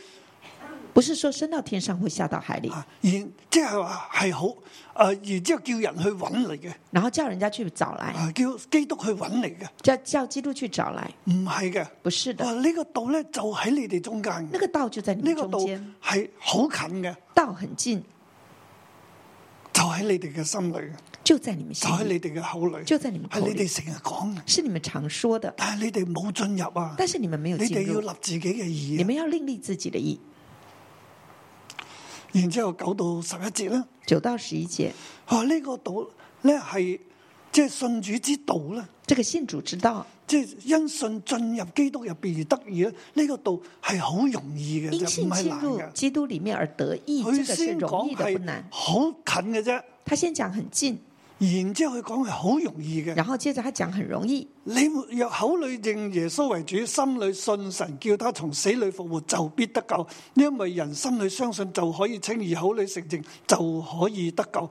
Speaker 3: 不是说升到天上或下到海里，
Speaker 2: 啊，然即係話係好，诶，然之后叫人去揾嚟嘅，
Speaker 3: 然后叫人家去找来，
Speaker 2: 啊，叫基督去揾嚟嘅，
Speaker 3: 叫叫基督去找来，
Speaker 2: 唔係嘅。
Speaker 3: 不是的，
Speaker 2: 哇！呢、個道咧就喺你哋中間，呢、
Speaker 3: 那个道就在你
Speaker 2: 個
Speaker 3: 们中
Speaker 2: 道
Speaker 3: 间，
Speaker 2: 係好近嘅，
Speaker 3: 道很近，
Speaker 2: 就喺你哋嘅心裏嘅，
Speaker 3: 就在你们
Speaker 2: 就
Speaker 3: 心
Speaker 2: 喺
Speaker 3: 里，
Speaker 2: 你哋嘅口裏，
Speaker 3: 就在你们
Speaker 2: 係
Speaker 3: 口
Speaker 2: 啊你
Speaker 3: 里，
Speaker 2: 哋成日講嘅，
Speaker 3: 是你们常说的，
Speaker 2: 但係你哋冇進入啊！
Speaker 3: 但是你们没有
Speaker 2: 你
Speaker 3: 进
Speaker 2: 哋要
Speaker 3: 入，
Speaker 2: 立自己嘅
Speaker 3: 你
Speaker 2: 義啊。
Speaker 3: 们要另立自己的意。
Speaker 2: 然之後九到十一節啦，
Speaker 3: 九到十一节，
Speaker 2: 啊呢、個道咧係即係信主之道啦。
Speaker 3: 这个信主之道，
Speaker 2: 即係因信進入基督入邊而得意咧，呢、個道係好容易嘅啫，
Speaker 3: 因
Speaker 2: 唔
Speaker 3: 信
Speaker 2: 係
Speaker 3: 进
Speaker 2: 難
Speaker 3: 入
Speaker 2: 嘅。
Speaker 3: 基督里面而得意，这
Speaker 2: 佢
Speaker 3: 个是
Speaker 2: 先
Speaker 3: 容易
Speaker 2: 講
Speaker 3: 的，
Speaker 2: 係
Speaker 3: 不难。
Speaker 2: 好近嘅啫，
Speaker 3: 他先讲很近，
Speaker 2: 然之後佢講係好容易嘅。
Speaker 3: 然后接着他讲很容易。
Speaker 2: 你若口裏認耶穌為主，心裏信神叫他從死裏復活，就必得救。因為人心裏相信就可以稱義，口裏承認就可以得救。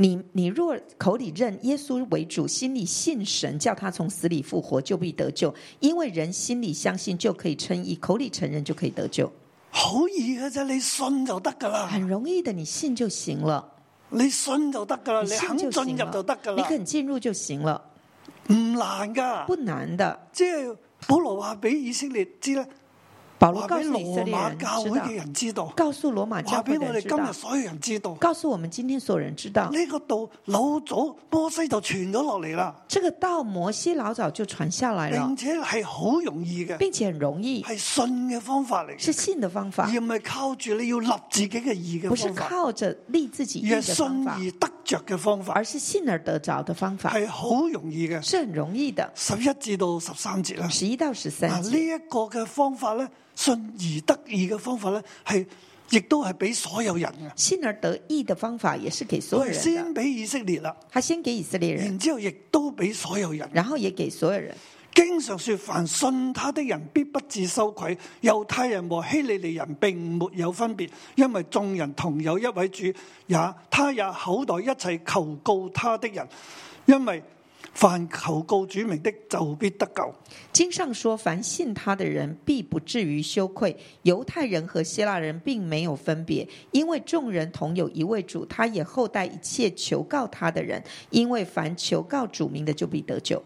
Speaker 3: 你你若口里认耶稣为主，心里信神，叫他从死里复活，就必得救。因为人心里相信就可以称义，口里承认就可以得救，
Speaker 2: 好易嘅啫，你信就得噶啦，
Speaker 3: 很容易的，你信就行了，
Speaker 2: 你信就得噶啦，
Speaker 3: 你
Speaker 2: 你
Speaker 3: 信
Speaker 2: 肯
Speaker 3: 就
Speaker 2: 進
Speaker 3: 行
Speaker 2: 入就
Speaker 3: 了
Speaker 2: 得噶，
Speaker 3: 你
Speaker 2: 啦，
Speaker 3: 肯进入就行了，
Speaker 2: 唔難噶。
Speaker 3: 不难的。
Speaker 2: 即係保羅話俾以色列知咧，
Speaker 3: 保罗
Speaker 2: 話
Speaker 3: 告
Speaker 2: 俾
Speaker 3: 诉以
Speaker 2: 羅
Speaker 3: 色列
Speaker 2: 馬
Speaker 3: 人
Speaker 2: 教
Speaker 3: 知
Speaker 2: 會嘅
Speaker 3: 道，
Speaker 2: 人知道，
Speaker 3: 告诉罗马
Speaker 2: 話
Speaker 3: 教
Speaker 2: 俾
Speaker 3: 会
Speaker 2: 我
Speaker 3: 的
Speaker 2: 哋
Speaker 3: 人知
Speaker 2: 今
Speaker 3: 道
Speaker 2: 日，所有人知道，
Speaker 3: 告诉我们今天所有人知道，
Speaker 2: 呢個道老早摩西就傳咗落嚟啦，
Speaker 3: 这个道摩西老早就传下来了
Speaker 2: 並，且係好容易嘅，
Speaker 3: 并且很容易，
Speaker 2: 係信嘅方法嚟嘅，
Speaker 3: 是信的方法
Speaker 2: 而。唔係靠住你要立自己嘅義
Speaker 3: 不
Speaker 2: 嘅
Speaker 3: 是
Speaker 2: 方法，
Speaker 3: 靠着立自己意
Speaker 2: 而係信
Speaker 3: 的方法
Speaker 2: 而，得着嘅方法，
Speaker 3: 而是信而得着的方法，
Speaker 2: 係好容易嘅。
Speaker 3: 是很容易的。
Speaker 2: 十一至到十三節啦。
Speaker 3: 十一到十
Speaker 2: 啊！
Speaker 3: 三
Speaker 2: 呢
Speaker 3: 节，
Speaker 2: 一個嘅方法咧，信而得義嘅方法咧，係亦都係俾所有人嘅。
Speaker 3: 信而得义的方法也是给所
Speaker 2: 佢
Speaker 3: 有
Speaker 2: 先
Speaker 3: 人的。
Speaker 2: 俾以色列啦，
Speaker 3: 他先给以色列人，
Speaker 2: 然之后亦都俾所有人。
Speaker 3: 然后也给所有人。
Speaker 2: 經常說，凡信他的人必不至羞愧。猶太人和希利利人並沒有分別，因為眾人同有一位主，也他也厚待一切求告他的人，因為凡求告主名的就必得救。
Speaker 3: 经上说，凡信他的人必不至于羞愧。犹太人和希腊人并没有分别，因为众人同有一位主，他也厚待一切求告他的人。因为凡求告主名的，就必得救。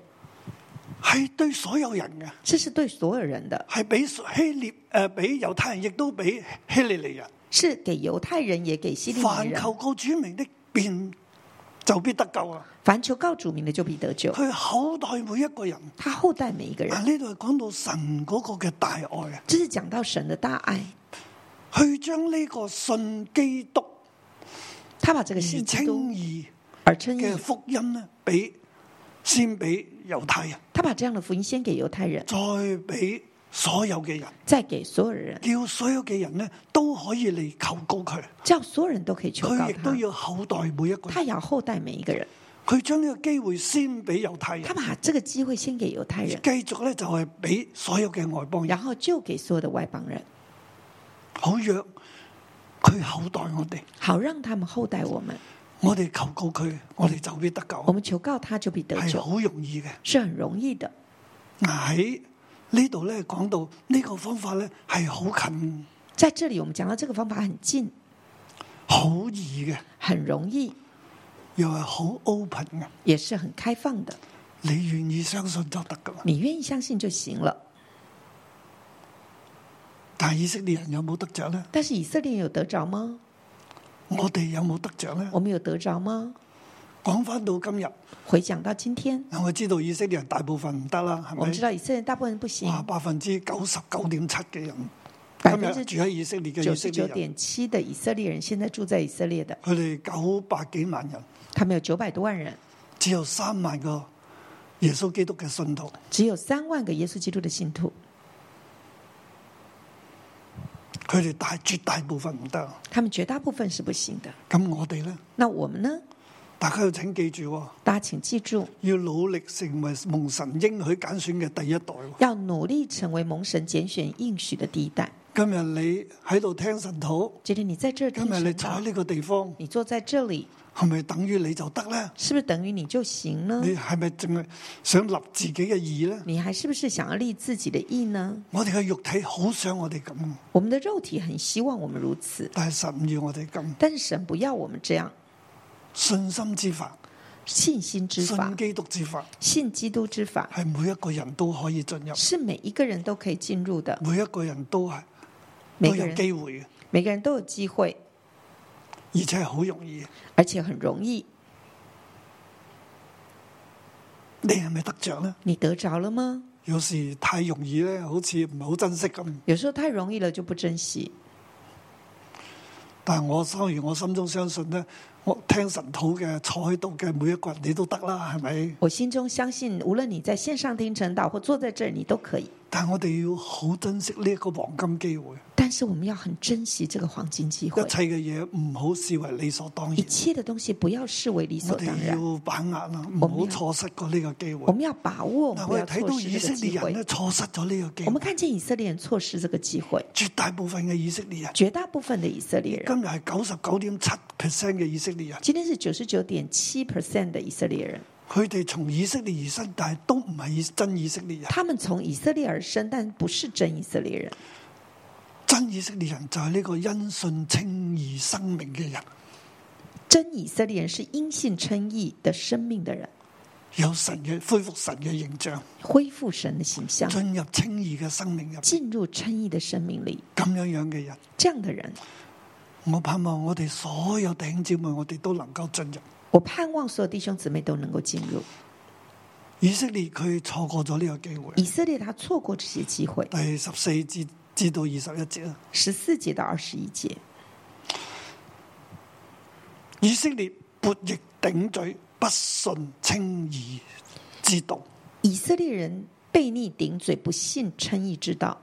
Speaker 2: 係對所有人嘅，
Speaker 3: 这是对所有人的，
Speaker 2: 係俾希列诶，俾、猶太人，亦都俾希利利人。
Speaker 3: 是给犹太人也给希利尼
Speaker 2: 凡
Speaker 3: 人。
Speaker 2: 求告主名的，便就必得救啊！
Speaker 3: 凡求告主名的，就必得救。
Speaker 2: 佢厚待每一個人。
Speaker 3: 他厚待每一个
Speaker 2: 啊！
Speaker 3: 人，
Speaker 2: 呢度係講到神嗰個嘅大愛啊，
Speaker 3: 这是讲到神的大爱。
Speaker 2: 去將呢個信基督
Speaker 3: 他把这
Speaker 2: 而
Speaker 3: 个信基
Speaker 2: 稱
Speaker 3: 督
Speaker 2: 義
Speaker 3: 而称义
Speaker 2: 嘅，福音咧，俾先俾猶太人，
Speaker 3: 他把这样的福音先给犹太人，
Speaker 2: 再俾所有嘅人，
Speaker 3: 再给所有人，
Speaker 2: 叫所有嘅人咧都可以嚟求告佢，
Speaker 3: 叫所有人都可以求告
Speaker 2: 佢亦都
Speaker 3: 他。
Speaker 2: 要厚待每一個
Speaker 3: 他
Speaker 2: 人。
Speaker 3: 也要厚待每一个人，
Speaker 2: 佢將呢個機會先俾猶太
Speaker 3: 他
Speaker 2: 人，
Speaker 3: 把这个机会先给犹太人，
Speaker 2: 繼續咧就係俾所有嘅外邦人
Speaker 3: 然。后就给所有的外邦人，
Speaker 2: 好約佢厚待我哋，
Speaker 3: 好让他们厚待我们。
Speaker 2: 我哋求告佢，我哋就必得救
Speaker 3: 我，们求告他就必得
Speaker 2: 係
Speaker 3: 救，
Speaker 2: 好容易嘅。
Speaker 3: 是很容易的。
Speaker 2: 喺呢度咧講到呢個方法咧係好近、
Speaker 3: 在这里，我们讲到这个方法很近，
Speaker 2: 好易嘅，
Speaker 3: 很容易，
Speaker 2: 又係好 open 嘅。
Speaker 3: 也是很开放的。
Speaker 2: 你願意相信就得噶啦。
Speaker 3: 你愿意相信就行了。
Speaker 2: 但係以色列人有冇得着咧？
Speaker 3: 但是以色列人有得着吗？
Speaker 2: 我哋有冇得着咧
Speaker 3: 我？们有得着吗？
Speaker 2: 講翻到今日，
Speaker 3: 回想到今天，
Speaker 2: 我知道以色列人大部分唔得啦，
Speaker 3: 我们
Speaker 2: 係咪？
Speaker 3: 知道以色列大部分人不行，
Speaker 2: 哇，百分之九十九點七嘅人，
Speaker 3: 百
Speaker 2: 今
Speaker 3: 分
Speaker 2: 日
Speaker 3: 之
Speaker 2: 住喺以色列嘅
Speaker 3: 九
Speaker 2: 以色
Speaker 3: 十
Speaker 2: 列
Speaker 3: 九
Speaker 2: 人，
Speaker 3: 点七的以色列人现在住在以色列的，
Speaker 2: 佢哋九百幾萬人。
Speaker 3: 他们有九百多万人，
Speaker 2: 只有三萬個耶穌基督嘅信徒，
Speaker 3: 只有三万个耶稣基督的信徒，
Speaker 2: 佢哋大絕大部分唔得。
Speaker 3: 他们绝大部分是不行的。
Speaker 2: 咁我哋呢？
Speaker 3: 那我们呢？
Speaker 2: 大家要請記住喎，
Speaker 3: 大家请记住，
Speaker 2: 要努力成為蒙神應許揀選嘅第一代喎。
Speaker 3: 要努力成为蒙神拣选应许的第一代。
Speaker 2: 今日你喺度聽神土，
Speaker 3: 今天你在这儿
Speaker 2: 今
Speaker 3: 听
Speaker 2: 日你
Speaker 3: 神
Speaker 2: 坐喺
Speaker 3: 道，
Speaker 2: 呢個地方，
Speaker 3: 你坐在这里，
Speaker 2: 係咪等於你就得咧？
Speaker 3: 是不是等于你就行呢？
Speaker 2: 你係咪淨係想立自己嘅義咧？
Speaker 3: 你还是不是想要立自己的意呢？
Speaker 2: 我哋嘅肉體好想我哋咁，
Speaker 3: 我们的肉体很希望我们如此，
Speaker 2: 但係神唔要我哋咁。
Speaker 3: 但是神不要我们这样。
Speaker 2: 信心之法、
Speaker 3: 信心之法
Speaker 2: 信，基督之法，
Speaker 3: 信基督之法，
Speaker 2: 係每一個人都可以進入，
Speaker 3: 是每一个人都可以进入的，
Speaker 2: 每一個人都係
Speaker 3: 每
Speaker 2: 都
Speaker 3: 个
Speaker 2: 有
Speaker 3: 人
Speaker 2: 機會嘅，
Speaker 3: 每个人都有机会，
Speaker 2: 而且係好容易嘅。
Speaker 3: 而且很容易。
Speaker 2: 你係咪得着咧？
Speaker 3: 你得着了吗？
Speaker 2: 有時太容易咧，好似唔係好珍惜咁。
Speaker 3: 有时候太容易了就不珍惜。
Speaker 2: 但係我當然我心中相信咧，我聽神土嘅坐喺度嘅每一個人你都得啦，係咪？
Speaker 3: 我心中相信，无论你在线上听晨祷或坐在这儿，你都可以。
Speaker 2: 但係我哋要好珍惜呢一個黃金機會，
Speaker 3: 但是我们要很珍惜这个黄金机
Speaker 2: 一
Speaker 3: 会，
Speaker 2: 切嘅嘢唔好視為理所當然
Speaker 3: 一。切的东西不要视为理所
Speaker 2: 我
Speaker 3: 当
Speaker 2: 哋
Speaker 3: 然。
Speaker 2: 要把握啦，唔
Speaker 3: 我們要
Speaker 2: 好錯失過呢個機會
Speaker 3: 我。们要把握，
Speaker 2: 嗱，
Speaker 3: 不
Speaker 2: 我
Speaker 3: 要
Speaker 2: 哋睇
Speaker 3: 错
Speaker 2: 到
Speaker 3: 失
Speaker 2: 以
Speaker 3: 这
Speaker 2: 色
Speaker 3: 个机
Speaker 2: 列人咧
Speaker 3: 会。
Speaker 2: 錯失咗呢個機
Speaker 3: 我
Speaker 2: 會
Speaker 3: 們，看見以色列人错失這個機會，
Speaker 2: 絕大部分嘅以色列人，
Speaker 3: 絕大部分的以色列人，
Speaker 2: 今日係九十九點七 percent 嘅以色列人，
Speaker 3: 今天是九十九点七 percent 的以色列人，
Speaker 2: 佢哋從以色列而生，但係都唔係以真以色列人。
Speaker 3: 他們從以色列而生，但不是真以色列人。
Speaker 2: 真以色列人就係呢個因信稱義生命嘅人，
Speaker 3: 真以色列人是因信称义的生命的人，
Speaker 2: 有神嘅恢復神嘅形象，
Speaker 3: 恢復神的形象，
Speaker 2: 進入稱義嘅生命入邊
Speaker 3: 進入称义的生命里。
Speaker 2: 咁樣樣嘅人。
Speaker 3: 这樣的人，
Speaker 2: 我盼望我哋所有弟兄姊妹，我哋都能夠進入。
Speaker 3: 我盼望所有弟兄姊妹都能夠進入。
Speaker 2: 以色列佢錯過咗呢個機會。
Speaker 3: 以色列他錯過這些機會，
Speaker 2: 第十四至至到二十一節啊啦。
Speaker 3: 十四节到二十一节，
Speaker 2: 以色列悖逆頂嘴，不信稱義之道。
Speaker 3: 以色列人悖逆頂嘴，不信称义之道，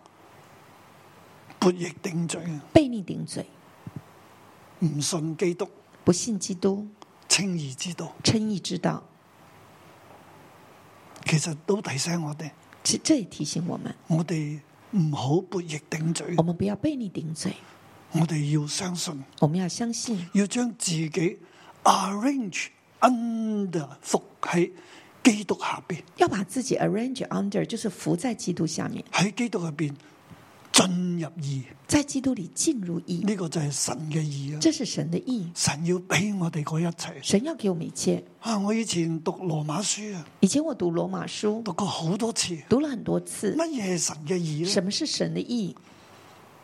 Speaker 2: 悖逆頂嘴啊，
Speaker 3: 悖逆頂嘴。
Speaker 2: 唔信基督
Speaker 3: 不信基督，
Speaker 2: 稱義之道，
Speaker 3: 称义之道。
Speaker 2: 其實都提醒我哋，
Speaker 3: 这这也提醒我们，
Speaker 2: 我哋唔好悖逆頂嘴
Speaker 3: 我，们不要被你顶嘴，
Speaker 2: 我哋要相信，
Speaker 3: 我们要相信，
Speaker 2: 要將自己 arrange under 服喺基督下邊，
Speaker 3: 要把自己 arrange under，就是服在基督下面，
Speaker 2: 喺基督入邊進入義，
Speaker 3: 在基督里进入义
Speaker 2: 呢、，個就係神嘅義啊！
Speaker 3: 这是神的意。
Speaker 2: 神要俾我哋嗰一切
Speaker 3: 神要給我们一切。
Speaker 2: 啊！我以前讀羅馬書啊，
Speaker 3: 以前我读罗马书，
Speaker 2: 讀過好多次。
Speaker 3: 读了很多次，
Speaker 2: 乜嘢係神嘅義咧？
Speaker 3: 什么是神的意？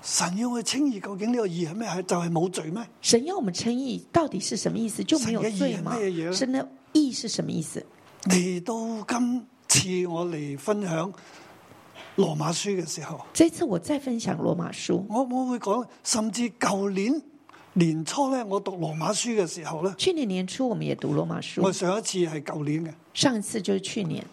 Speaker 2: 神要去清義，究竟呢個義係咩？係就係冇罪咩？
Speaker 3: 神要我们称义，到底是什么意思？就没有罪吗
Speaker 2: 神的意是乜嘢？呢
Speaker 3: 神的意是什么意思？
Speaker 2: 嚟到今次我嚟分享羅馬書嘅時候，
Speaker 3: 这次我再分享罗马书，
Speaker 2: 我我會講，甚至舊年年初咧，我讀羅馬書嘅時候咧，
Speaker 3: 去年年初我們也读罗马书
Speaker 2: 我，上一次係舊年嘅，
Speaker 3: 上一次就是去年。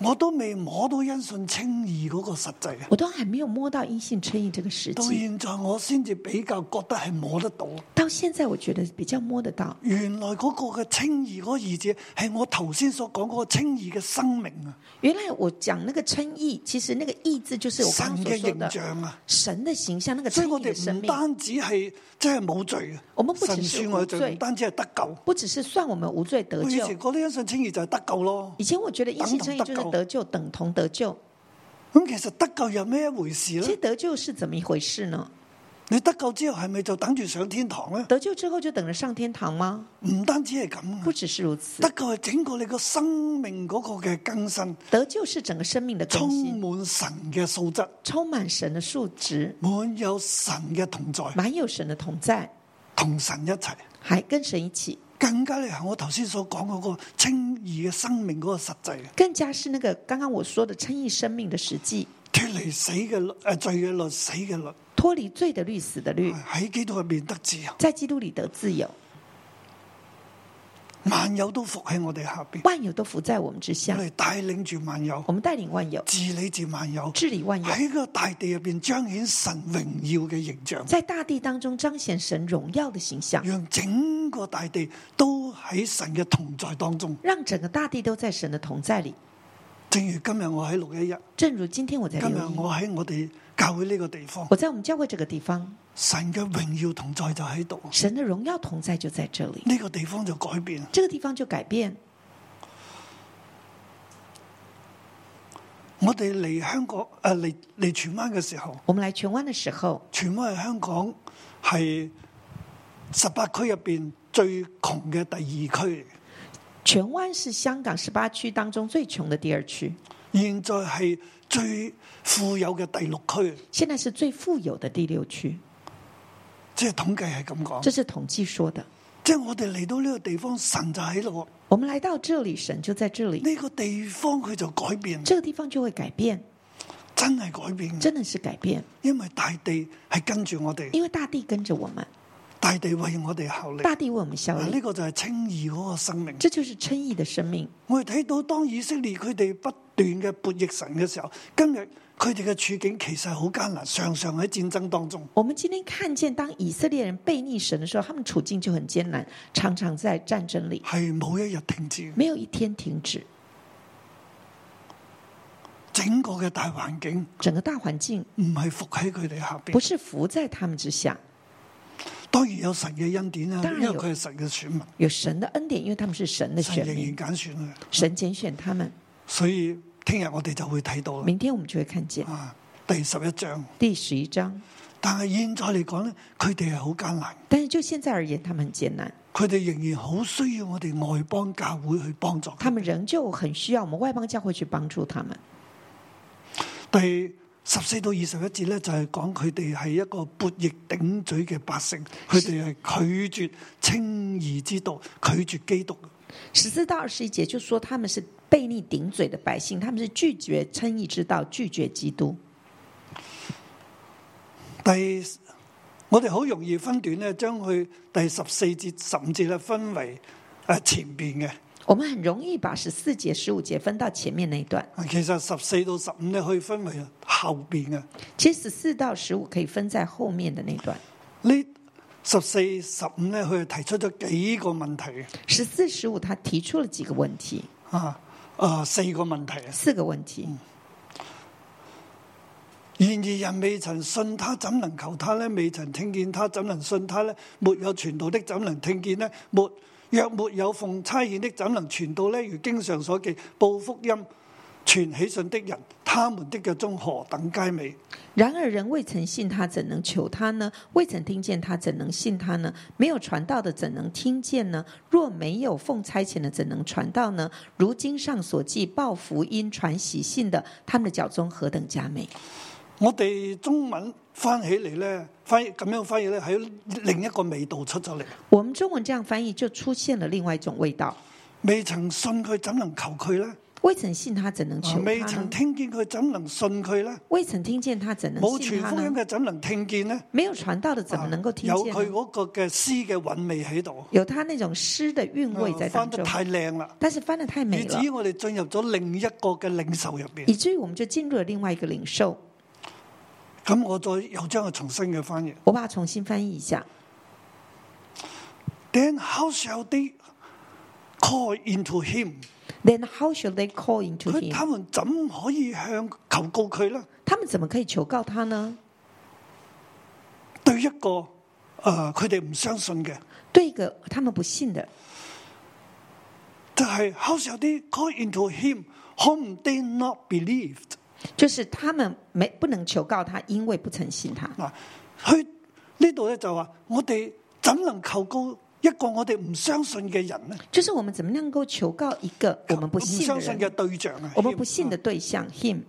Speaker 2: 我都未摸到因信清義嗰個實際嘅，
Speaker 3: 我都还没有摸到阴性称义这个时
Speaker 2: 到
Speaker 3: 机，
Speaker 2: 現在我先至比較覺得係摸得到。
Speaker 3: 到现在我觉得比较摸得到。
Speaker 2: 原來嗰個嘅清義嗰個義字係我頭先所講嗰個清義嘅生命啊，
Speaker 3: 原来我讲那个称义，其实那个义字就是我刚
Speaker 2: 神
Speaker 3: 刚所
Speaker 2: 嘅
Speaker 3: 说
Speaker 2: 形
Speaker 3: 的
Speaker 2: 象啊。
Speaker 3: 神的形象，那个
Speaker 2: 所以
Speaker 3: 称
Speaker 2: 我
Speaker 3: 义
Speaker 2: 哋
Speaker 3: 的生
Speaker 2: 唔
Speaker 3: 命，
Speaker 2: 單止係即係冇罪嘅，
Speaker 3: 我們不只
Speaker 2: 神
Speaker 3: 是
Speaker 2: 算我哋
Speaker 3: 無
Speaker 2: 罪，
Speaker 3: 罪
Speaker 2: 唔單止係得救。
Speaker 3: 不只是算我们无罪得
Speaker 2: 我以
Speaker 3: 救。
Speaker 2: 前覺得因信稱義就係得救咯。
Speaker 3: 以前我觉得阴性称义就是得救，等同得救。
Speaker 2: 咁其實得救又咩一回事
Speaker 3: 其实
Speaker 2: 咧？
Speaker 3: 得救是怎么一回事呢？
Speaker 2: 你得救之後係咪就等住上天堂咧？
Speaker 3: 得救之后就等着上天堂吗？
Speaker 2: 唔單止係咁
Speaker 3: 不
Speaker 2: 嘅，
Speaker 3: 只是如此
Speaker 2: 得，救係整個你個生命嗰個嘅更新，
Speaker 3: 得救是整个生命的更
Speaker 2: 充
Speaker 3: 新，
Speaker 2: 滿神嘅素質，
Speaker 3: 充满神的数值，
Speaker 2: 滿有神嘅同在，
Speaker 3: 满有神的同在，
Speaker 2: 同神一齊。
Speaker 3: 还跟神一起。
Speaker 2: 更加你係我頭先所講嗰個清義嘅生命嗰個實際，
Speaker 3: 更加是那个刚刚我说的称义生命的实际，
Speaker 2: 脱離死嘅律、誒罪嘅律、死嘅律，
Speaker 3: 脱离罪的律、死的律，
Speaker 2: 喺基督入面得自由。
Speaker 3: 在基督里得自由，
Speaker 2: 萬有都伏喺我哋下边，
Speaker 3: 万有都伏在我们之
Speaker 2: 我
Speaker 3: 下，
Speaker 2: 哋帶領住萬有，
Speaker 3: 我们带领万有，
Speaker 2: 治理住萬有，
Speaker 3: 治理万有，
Speaker 2: 喺個大地入边彰顯神榮耀嘅形象，
Speaker 3: 在大地当中彰显神荣耀的形象，
Speaker 2: 讓整個大地都喺神嘅同在當中。
Speaker 3: 让整个大地都在神的同在里。
Speaker 2: 正如今日我喺六一一，
Speaker 3: 正如今天我在
Speaker 2: 今
Speaker 3: 留
Speaker 2: 日
Speaker 3: 意，
Speaker 2: 我喺我哋教會呢個地方，
Speaker 3: 我在我们教会这个地方，
Speaker 2: 神嘅榮耀同在就喺度。
Speaker 3: 神的荣耀同在就在这里，
Speaker 2: 呢、個地方就改變，
Speaker 3: 这个地方就改变。
Speaker 2: 我哋嚟香港诶嚟嚟荃灣嘅時候，
Speaker 3: 我们来荃湾的时候，
Speaker 2: 荃灣係香港係十八區入边最窮嘅第二區，
Speaker 3: 荃湾是香港十八区当中最穷的第二区，
Speaker 2: 現在係最富有嘅第六區，
Speaker 3: 现在是最富有的第六区，
Speaker 2: 即係統計係咁
Speaker 3: 这
Speaker 2: 講。
Speaker 3: 是统计说的。
Speaker 2: 即係我哋嚟到呢個地方，神就喺度，
Speaker 3: 我们来到这里，神就在这里，
Speaker 2: 呢、個地方佢就改變，
Speaker 3: 这个地方就会改变，
Speaker 2: 真係改變。
Speaker 3: 真的是改变，
Speaker 2: 因為大地係跟住我哋，
Speaker 3: 因为大地跟着我们，
Speaker 2: 大地為我哋效力。
Speaker 3: 大地为我们效
Speaker 2: 嗱，
Speaker 3: 力
Speaker 2: 呢。個就係稱義嗰個生命。
Speaker 3: 这就是称义的生命。
Speaker 2: 我哋睇到當以色列佢哋不斷嘅悖逆神嘅時候，今日佢哋嘅處境其實係好艱難，常常喺戰爭當中。
Speaker 3: 我们今天看见，当以色列人背逆神的时候，他们处境就很艰难，常常在战争里，
Speaker 2: 係冇一日停止，
Speaker 3: 没有一天停止。
Speaker 2: 整個嘅大環境
Speaker 3: 整个大环境
Speaker 2: 唔係伏喺佢哋下
Speaker 3: 不
Speaker 2: 邊。
Speaker 3: 是伏在他们之下，
Speaker 2: 當然有神嘅恩典啦，
Speaker 3: 當然
Speaker 2: 因
Speaker 3: 有
Speaker 2: 為佢係神嘅選民，
Speaker 3: 有神的恩典，因为他们是神的
Speaker 2: 神
Speaker 3: 选
Speaker 2: 仍
Speaker 3: 民
Speaker 2: 然，揀選佢。
Speaker 3: 神拣选他们。
Speaker 2: 所以聽日我哋就會睇到啦。
Speaker 3: 明天我们就会看见
Speaker 2: 啊，第十一章，
Speaker 3: 第十一章。
Speaker 2: 但係現在嚟講咧，佢哋係好艱難，
Speaker 3: 但是就现在而言，他们很艰难，
Speaker 2: 佢哋仍然好需要我哋外邦教會去幫助佢
Speaker 3: 他们仍旧很需要我们外邦教会去帮助他们。
Speaker 2: 第十四到二十一节咧，就係講佢哋係一個悖逆頂嘴嘅百姓，佢哋係拒絕清義之道，拒絕基督。
Speaker 3: 十四到二十一节就说他们是悖逆顶嘴的百姓，他们是拒绝称义之道，拒绝基督。
Speaker 2: 第我哋好容易分段咧，將佢第十四节、十五节咧分為誒前邊嘅。
Speaker 3: 我们很容易把十四节、十五节分到前面那一段，
Speaker 2: 其實十四到十五咧可以分為後邊嘅。
Speaker 3: 其实十四到十五可以分在后面的那段。
Speaker 2: 呢十四、十五咧，佢係提出咗幾個問題嘅
Speaker 3: 十四、十五他提出了几个问题，
Speaker 2: 啊，啊四個問題啊。
Speaker 3: 四个问题。
Speaker 2: 然而人未曾信他，怎能求他呢？未曾聽見他，怎能信他呢？沒有傳道的，怎能聽見呢？沒若沒有奉差遣的，怎能傳道呢？如經上所記，報福音、傳喜信的人，他們的腳中何等佳美！
Speaker 3: 然而人未曾信他，怎能求他呢？未曾听见他，怎能信他呢？没有传道的，怎能听见呢？若没有奉差遣的，怎能传道呢？如经上所记，报福音、传喜信的，他们的脚中何等佳美！
Speaker 2: 我哋中文翻起嚟呢，翻譯咁樣翻譯呢，喺另一個味道出咗嚟。
Speaker 3: 我们中文这样翻译，就出现了另外一种味道。
Speaker 2: 未曾信佢，怎能求佢呢？
Speaker 3: 未曾信他，怎能求
Speaker 2: 啊未
Speaker 3: 他呢
Speaker 2: 曾？聽見佢，怎能信佢呢？
Speaker 3: 未曾听见他，怎能
Speaker 2: 冇
Speaker 3: 信
Speaker 2: 傳
Speaker 3: 他
Speaker 2: 福音
Speaker 3: 呢？
Speaker 2: 嘅，怎能聽見呢？啊
Speaker 3: 没有传道的，怎么能够听
Speaker 2: 有
Speaker 3: 见
Speaker 2: 佢
Speaker 3: 呢？
Speaker 2: 嗰個嘅詩嘅韻味喺度，啊
Speaker 3: 有他那种诗的韵味嗯在
Speaker 2: 翻
Speaker 3: 当
Speaker 2: 得
Speaker 3: 中，
Speaker 2: 太靚啦，
Speaker 3: 但是翻得太
Speaker 2: 以
Speaker 3: 美
Speaker 2: 至
Speaker 3: 了，
Speaker 2: 於我哋進入咗另一個嘅領袖入邊。
Speaker 3: 以至于我们就进入了另外一个领受。
Speaker 2: 咁我再又將佢重新嘅翻譯。
Speaker 3: 我把它重新翻译一下。
Speaker 2: Then how shall they call into him？
Speaker 3: Then how should they call into
Speaker 2: 佢他
Speaker 3: him？
Speaker 2: 們怎可以向求告佢呢？
Speaker 3: 他们怎么可以求告他呢？
Speaker 2: 對一個誒，呃佢哋唔相信嘅，
Speaker 3: 对一个他们不信的，
Speaker 2: 就係、how shall they call into him？Whom they not believed？
Speaker 3: 就是他们没不能求告他，因为不曾信他。
Speaker 2: 嗱，佢啊呢度咧就話：我哋怎能求告一個我哋唔相信嘅人呢？
Speaker 3: 就是我们怎么能够求告一个我们不信的
Speaker 2: 相信嘅
Speaker 3: 人，
Speaker 2: 對象啊，
Speaker 3: 我们不信的对象 him？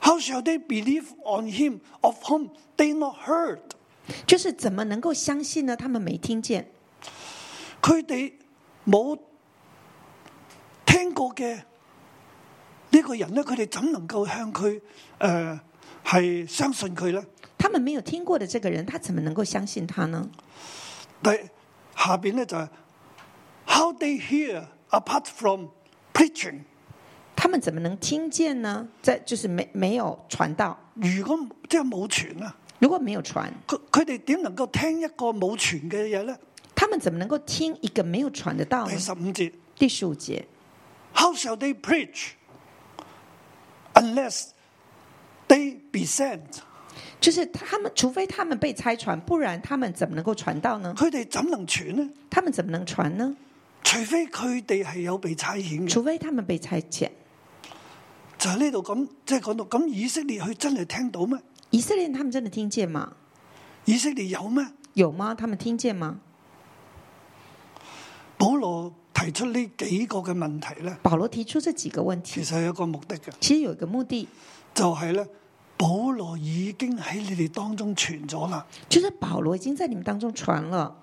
Speaker 2: How shall they believe on him of whom they not heard？
Speaker 3: 就是怎么能够相信呢？他们没听见，
Speaker 2: 佢哋冇聽過嘅呢個人咧，佢哋怎能夠向佢诶係相信佢咧？
Speaker 3: 他们没有听过的这个人，他怎么能够相信他呢？
Speaker 2: 但係下边咧就係 How they hear apart from preaching？
Speaker 3: 他们怎么能听见呢？在就是没没有传道，
Speaker 2: 如果即係冇傳啊，
Speaker 3: 如果没有传，
Speaker 2: 佢佢哋點能夠聽一個冇傳嘅嘢咧？
Speaker 3: 他们怎么能够听一个没有传的道呢
Speaker 2: 第？十五節。
Speaker 3: 第十五节。
Speaker 2: How shall they preach unless they be sent？
Speaker 3: 就是他们，除非他们被拆船，不然他们怎么能够传道呢？
Speaker 2: 佢哋怎能傳呢？
Speaker 3: 他们怎么能传呢？
Speaker 2: 除非佢哋係有被差遣嘅。
Speaker 3: 除非他们被差遣。
Speaker 2: 就係呢度咁，即係講到咁，以色列佢真係聽到咩？
Speaker 3: 以色列人他们真的听见吗？
Speaker 2: 以色列有咩？
Speaker 3: 有吗？他们听见吗？
Speaker 2: 保羅提出呢幾個嘅問題咧，
Speaker 3: 保罗提出这几个问
Speaker 2: 其
Speaker 3: 题，
Speaker 2: 實係有一個目的嘅，
Speaker 3: 其实有一个目的，
Speaker 2: 就係咧，保羅已經喺你哋當中傳咗啦，
Speaker 3: 就是保罗已经在你们当中传了。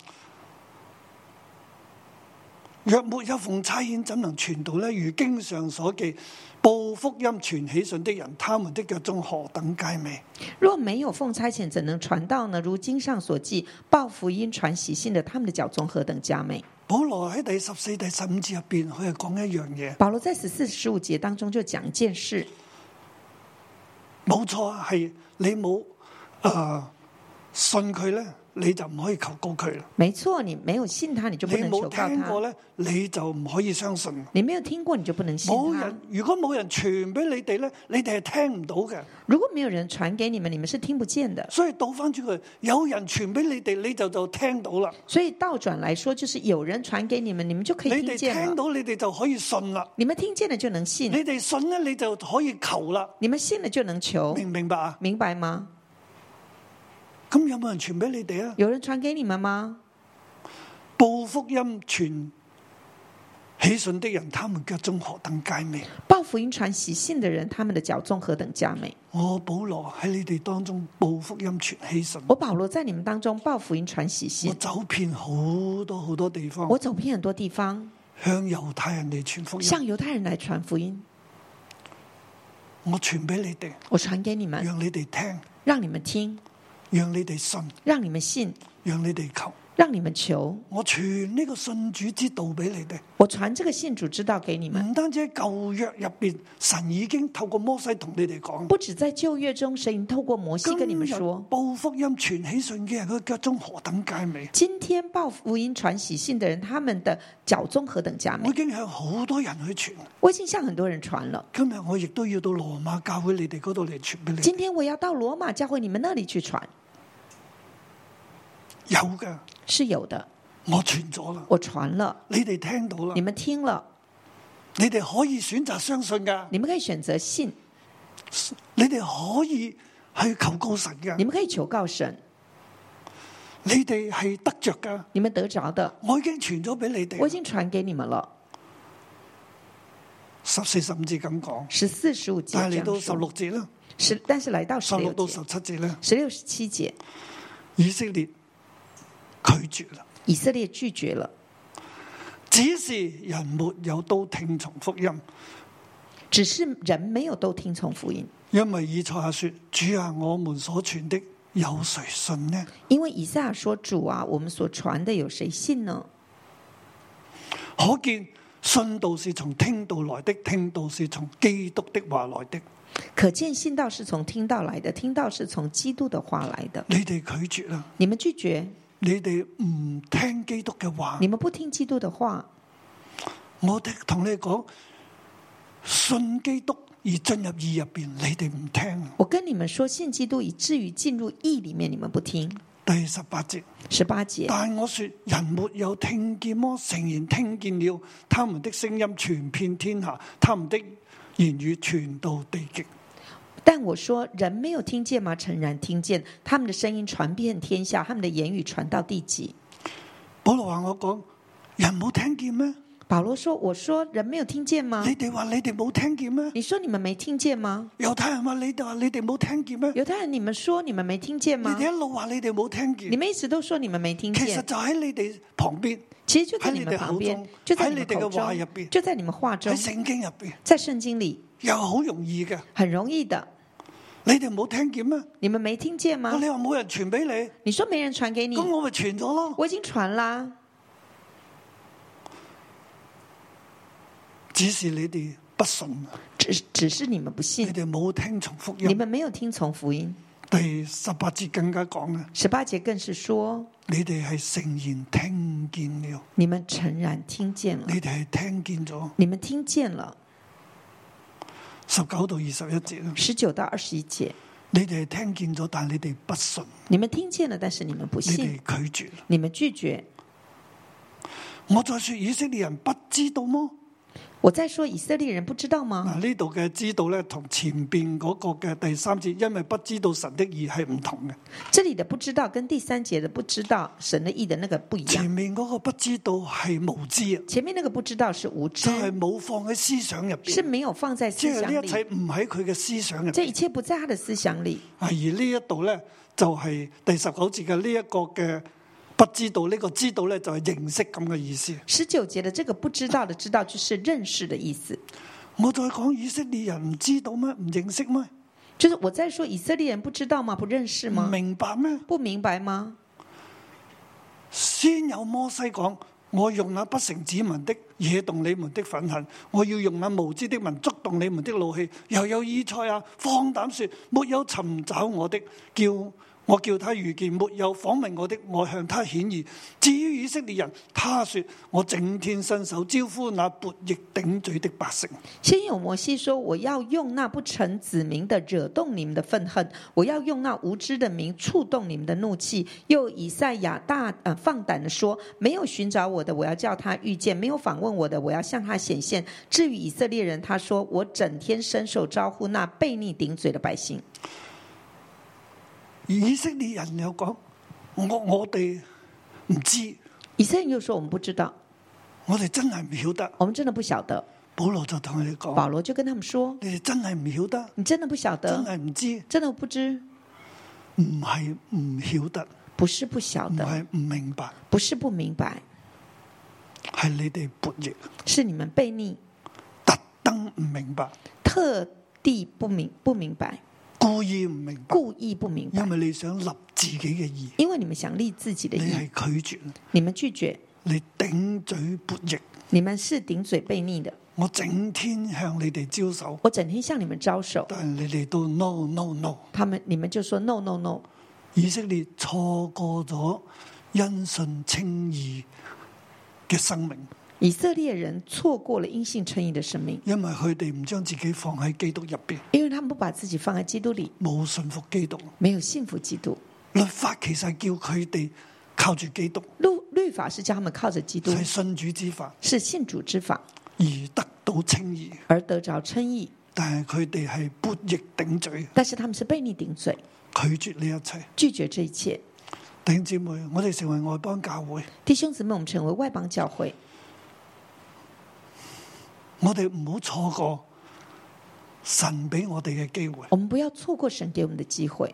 Speaker 2: 若沒有奉差遣，怎能傳道呢？如經上所記，報福音傳喜信的人，他們的腳中何等佳美！
Speaker 3: 若没有奉差遣，怎能传道呢？如经上所记，报福音传喜信的，他们的脚中何等佳美！
Speaker 2: 保羅喺第十四、第十五節入邊，佢係講一樣嘢，
Speaker 3: 保罗在十四、十五节当中就讲一件事，
Speaker 2: 冇錯係你冇啊、呃信佢呢，你就唔可以求告佢啦。
Speaker 3: 没错，你没有信他，你就
Speaker 2: 你
Speaker 3: 不能
Speaker 2: 冇
Speaker 3: 求告
Speaker 2: 聽過
Speaker 3: 他；
Speaker 2: 呢，你就唔可以相信。
Speaker 3: 你没有听过，你就不能信
Speaker 2: 冇
Speaker 3: 他
Speaker 2: 人。，如果冇人傳俾你哋呢，你哋係聽唔到嘅。
Speaker 3: 如果没有人传给你们，你们是听不见的。
Speaker 2: 所以倒翻轉佢，有人傳俾你哋，你就就聽到啦。
Speaker 3: 所以倒转来说，就是有人传给你们，你们就可
Speaker 2: 你
Speaker 3: 以
Speaker 2: 哋
Speaker 3: 听见
Speaker 2: 聽
Speaker 3: 了。
Speaker 2: 到，你哋就可以信啦。
Speaker 3: 你们听见了就能信
Speaker 2: 你，哋信咧，你就可以求啦，
Speaker 3: 你们信了就能求，
Speaker 2: 明唔明白啊？
Speaker 3: 明白吗？
Speaker 2: 咁有冇人傳俾你哋啊？
Speaker 3: 有人传给你们吗？
Speaker 2: 報福音傳喜信的人，他們腳中何等佳美！
Speaker 3: 报福音传喜信的人，他们的脚中何等佳美！
Speaker 2: 我保羅喺你哋當中報福音傳喜信，
Speaker 3: 我保罗在你们当中报福音传喜
Speaker 2: 我
Speaker 3: 信，
Speaker 2: 走遍好多好多地方
Speaker 3: 我，走遍很多地方，
Speaker 2: 向猶太人嚟傳福音。
Speaker 3: 向犹太人来传福音，
Speaker 2: 我傳俾你哋，
Speaker 3: 我传给你们，
Speaker 2: 讓你哋聽，
Speaker 3: 让你们听，
Speaker 2: 讓你哋信，
Speaker 3: 让你们信，
Speaker 2: 讓你哋求。
Speaker 3: 让你们求。
Speaker 2: 我傳呢個信主之道俾你哋，
Speaker 3: 我传这个信主之道给你们，
Speaker 2: 唔單止喺舊約入邊，神已經透過摩西同你哋講。
Speaker 3: 不止在旧约中，神已经透过摩西跟你们说，
Speaker 2: 報福音傳喜信嘅人，佢腳中何等佳美！
Speaker 3: 今天报福音传喜信的人，他们的脚中何等佳
Speaker 2: 我
Speaker 3: 美
Speaker 2: 已！經向好多人去傳，
Speaker 3: 我已经向很多人传了，
Speaker 2: 今日我亦都要到羅馬教會你哋嗰度嚟傳俾你。
Speaker 3: 今天我要到罗马教会你们那里去传，
Speaker 2: 有嘅，
Speaker 3: 是有的，
Speaker 2: 我傳咗啦，
Speaker 3: 我传了，
Speaker 2: 你哋聽到啦
Speaker 3: 你，们听了，
Speaker 2: 你哋可以選擇相信噶，
Speaker 3: 你们可以选择信，
Speaker 2: 你哋可以去求告神噶
Speaker 3: 你，们可以求告神，
Speaker 2: 你哋係得着噶。
Speaker 3: 你们得着的，
Speaker 2: 我已經傳咗俾你
Speaker 3: 我
Speaker 2: 哋，
Speaker 3: 已经传给你们了。
Speaker 2: 十四十五節咁講，
Speaker 3: 十四、十五节
Speaker 2: 但
Speaker 3: 这
Speaker 2: 係嚟
Speaker 3: 样
Speaker 2: 到十
Speaker 3: 说，
Speaker 2: 六節啦，
Speaker 3: 十但是来到十
Speaker 2: 十六
Speaker 3: 六
Speaker 2: 到
Speaker 3: 节
Speaker 2: 十、七節咧，
Speaker 3: 十六、十七节，
Speaker 2: 以色列拒絕啦。
Speaker 3: 以色列拒绝了，
Speaker 2: 只是人沒有都聽從福音，
Speaker 3: 只是人没有都听从福音。
Speaker 2: 因為以賽亞說：主啊，我們所傳的有誰信呢？
Speaker 3: 因为以赛亚说：“主啊，我们所传的有谁信呢
Speaker 2: 可見信道是從聽道來的，聽道是從基督的話來的。？”
Speaker 3: 可见信道是从听到来的，听到是从基督的话来的。
Speaker 2: 你哋拒絕啦，
Speaker 3: 你们拒绝，
Speaker 2: 你哋唔聽基督嘅話。
Speaker 3: 你们不听基督的话。
Speaker 2: 我哋同你講，信基督而進入義入邊，你哋唔聽。
Speaker 3: 我跟你们说，信基督以至于进入义里面，你们不听。
Speaker 2: 第十八節，
Speaker 3: 十八节，
Speaker 2: 但我說人沒有聽見麼？誠然聽見了，他們的聲音傳遍天下，他們的言語傳到地極。
Speaker 3: 但我说人没有听见吗？诚然听见，他们的声音传遍天下，他们的言语传到地极。
Speaker 2: 保羅話：我講人冇聽見咩？
Speaker 3: 保罗说：“我说人没有听见吗
Speaker 2: 你？哋話你哋冇聽見咩？
Speaker 3: 你说你们没听见吗？
Speaker 2: 猶太人話你哋話你哋冇聽見咩？
Speaker 3: 犹太人，你们说你们没听见
Speaker 2: 你
Speaker 3: 吗？
Speaker 2: 哋一路話你哋冇聽
Speaker 3: 你
Speaker 2: 見，
Speaker 3: 们一直都说你们没听
Speaker 2: 其實
Speaker 3: 见，
Speaker 2: 就喺你哋旁邊，
Speaker 3: 其实就在你们旁
Speaker 2: 喺你
Speaker 3: 边
Speaker 2: 哋口中，
Speaker 3: 就在你
Speaker 2: 喺你
Speaker 3: 们
Speaker 2: 哋
Speaker 3: 口
Speaker 2: 嘅話入
Speaker 3: 中哎
Speaker 2: 邊，
Speaker 3: 就在你们话中
Speaker 2: 喺，聖經入邊
Speaker 3: 在圣经里
Speaker 2: 又好容易嘅。
Speaker 3: 很容易的。
Speaker 2: 你哋冇聽見咩？
Speaker 3: 你们没听见吗
Speaker 2: 你？話冇人傳俾你，
Speaker 3: 你说没人传给你
Speaker 2: 咁，我咪傳咗咯。
Speaker 3: 我已经传啦。
Speaker 2: 只是你哋不信，
Speaker 3: 只只是你们不
Speaker 2: 你
Speaker 3: 信，
Speaker 2: 哋冇聽從福
Speaker 3: 你
Speaker 2: 音。
Speaker 3: 们没有听从福音。
Speaker 2: 第十八節更加講啦，
Speaker 3: 十八节更是说，
Speaker 2: 你哋係誠然聽見了，
Speaker 3: 你们诚然听见了
Speaker 2: 你，哋係聽見咗。
Speaker 3: 你们听见了。
Speaker 2: 十九到二十一節啦。啊
Speaker 3: 十九到二十一节，
Speaker 2: 你哋係聽見咗，但係你哋不信，
Speaker 3: 你们听见了，但是你们不
Speaker 2: 你
Speaker 3: 信，
Speaker 2: 哋拒絕。
Speaker 3: 你们拒绝。
Speaker 2: 我再說以色列人不知道麼？
Speaker 3: 我在说以色列人不知道吗？
Speaker 2: 嗱，呢度嘅知道咧，同前邊嗰個嘅第三節，因為不知道神的義係唔同嘅。
Speaker 3: 这里的不知道跟第三节的不知道神的意的那个不一
Speaker 2: 前
Speaker 3: 样。
Speaker 2: 面嗰個不知道係無知啊，
Speaker 3: 前面那个不知道是无知
Speaker 2: 就，係冇放喺思想入
Speaker 3: 是
Speaker 2: 邊，
Speaker 3: 没有放在
Speaker 2: 即
Speaker 3: 思
Speaker 2: 係
Speaker 3: 想
Speaker 2: 呢一切
Speaker 3: 里，
Speaker 2: 唔喺佢嘅思想入
Speaker 3: 这
Speaker 2: 邊。
Speaker 3: 一切不在他的思想里。
Speaker 2: 啊，而呢一度咧，就係第十九節嘅呢一個嘅不知道，呢、個知道咧就係認識咁嘅意思。
Speaker 3: 十九节的这个不知道的知道，就是认识的意思。
Speaker 2: 我再講以色列人唔知道咩？唔認識咩？
Speaker 3: 就是我在说以色列人不知道吗？不认识
Speaker 2: 唔
Speaker 3: 吗？
Speaker 2: 明白咩？
Speaker 3: 不明白吗？
Speaker 2: 先有摩西講：我用那不成子民的惹動你們的憤恨，我要用那無知的民觸動你們的怒氣。又有以賽亞放膽說：沒有尋找我的，叫我叫他遇見；沒有訪問我的，我向他顯現。至於以色列人，他說：我整天伸手招呼那悖逆頂嘴的百姓。
Speaker 3: 先有摩西说：“我要用那不成子民的惹动你们的愤恨，我要用那无知的民触动你们的怒气。”又以赛亚大呃放胆的说：“没有寻找我的，我要叫他遇见；没有访问我的，我要向他显现。”至于以色列人，他说：“我整天伸手招呼那悖逆顶嘴的百姓。
Speaker 2: 以色列人又講：我我哋唔知，”
Speaker 3: 以色列人又说：“我们不知道，
Speaker 2: 我哋真係唔曉得。
Speaker 3: 我们真的不晓得。
Speaker 2: 保羅就同佢哋”講。
Speaker 3: 保罗就跟他们说
Speaker 2: 你哋真係唔曉得，：“
Speaker 3: 你真的不晓
Speaker 2: 真
Speaker 3: 得，
Speaker 2: 係唔知，
Speaker 3: 真的不知，
Speaker 2: 唔係唔曉得，
Speaker 3: 不是不晓
Speaker 2: 唔
Speaker 3: 得，
Speaker 2: 係唔明白，
Speaker 3: 不是不明白，
Speaker 2: 係你哋叛逆，
Speaker 3: 是你们悖逆。”
Speaker 2: 特登唔明白，
Speaker 3: 特地不明不明白，
Speaker 2: 故意唔明白，
Speaker 3: 故意不明白
Speaker 2: 因，為你想立自己嘅義，
Speaker 3: 因为你们想立自己的
Speaker 2: 你
Speaker 3: 意，
Speaker 2: 係拒絕，
Speaker 3: 你们拒绝，
Speaker 2: 你頂嘴叛逆，
Speaker 3: 你们是顶嘴悖逆的。
Speaker 2: 我整天向你哋招手，
Speaker 3: 我整天向你们招手，
Speaker 2: 但係你哋都 no no no，
Speaker 3: 他们你们就说 no no no。
Speaker 2: 以色列錯過咗因信稱義嘅生命，
Speaker 3: 以色列人错过了因信称义的生命，
Speaker 2: 因為佢哋唔將自己放喺基督入邊，
Speaker 3: 因为他们不把自己放在基督里，
Speaker 2: 冇信服基督。
Speaker 3: 没有信服基督。
Speaker 2: 律法其實係叫佢哋靠住基督，
Speaker 3: 律律法是叫他们靠着基督，
Speaker 2: 係信主之法
Speaker 3: 是信主之法
Speaker 2: 而得到稱義，
Speaker 3: 而得着称义，
Speaker 2: 但係佢哋係悖逆頂嘴，
Speaker 3: 但是他们是悖逆顶嘴，
Speaker 2: 拒絕呢一切。
Speaker 3: 拒绝这一切。
Speaker 2: 弟兄姊妹，我哋成為外邦教會，
Speaker 3: 弟兄姊妹，我们成为外邦教会，
Speaker 2: 我哋唔好錯過神俾我哋嘅機會。
Speaker 3: 我们不要错过神给我们的机会。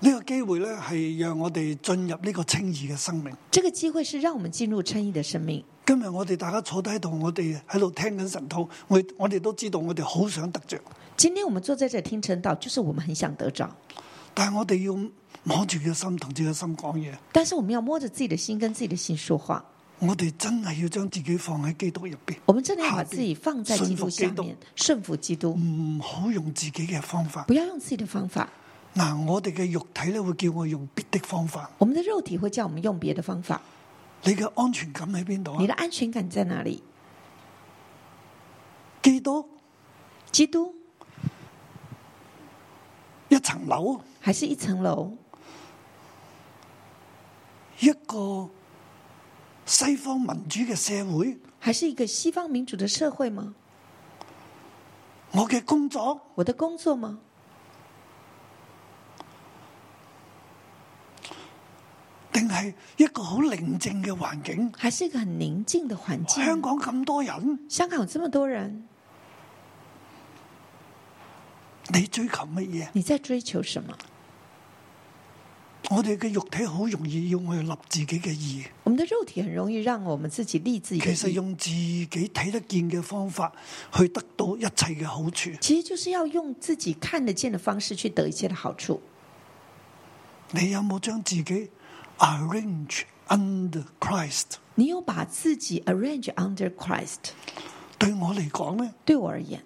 Speaker 2: 呢、個機會咧係讓我哋進入呢個稱義嘅生命。
Speaker 3: 这个机会是让我们进入称义的生命。
Speaker 2: 今日我哋大家坐低喺度，我哋喺度聽緊神道，我我哋都知道我哋好想得着，
Speaker 3: 今天我们坐在这听晨道，就是我们很想得着，
Speaker 2: 但係我哋要摸住個心，同自己嘅心講嘢。
Speaker 3: 但是我们要摸着自己的心，跟自己的心说话。
Speaker 2: 我哋真係要將自己放喺基督入邊，
Speaker 3: 我们真的要把自己放在基督下
Speaker 2: 顺服基
Speaker 3: 面，顺服基督，
Speaker 2: 唔好用自己嘅方法。
Speaker 3: 不要用自己的方法。
Speaker 2: 嗱，我哋嘅肉體咧會叫我用別的方法。
Speaker 3: 我们的肉体会叫我们用别的方法。
Speaker 2: 你嘅安全感喺邊度
Speaker 3: 你
Speaker 2: 啊？
Speaker 3: 的安全感在哪里？
Speaker 2: 基督
Speaker 3: 基督
Speaker 2: 一層樓，
Speaker 3: 还是一层楼？
Speaker 2: 一個西方民主嘅社會，
Speaker 3: 还是一个西方民主的社会吗？
Speaker 2: 我嘅工作，
Speaker 3: 我的工作吗？
Speaker 2: 定係一個好寧靜嘅環境？
Speaker 3: 还是一个很宁静的环境？
Speaker 2: 香港咁多人，
Speaker 3: 香港有这么多人，
Speaker 2: 你追求乜嘢？
Speaker 3: 你在追求什么？
Speaker 2: 我哋嘅肉體好容易要我哋立自己嘅意，
Speaker 3: 我们的肉体很容易让我们自己立自己的
Speaker 2: 其實
Speaker 3: 意
Speaker 2: 用自己睇得見嘅方法去得到一切嘅好處。
Speaker 3: 其实就是要用自己看得见的方式去得一切的好处。
Speaker 2: 你有冇將自己 arrange under Christ？
Speaker 3: 你有把自己 arrange under Christ？
Speaker 2: 對我嚟講呢，
Speaker 3: 对我而言，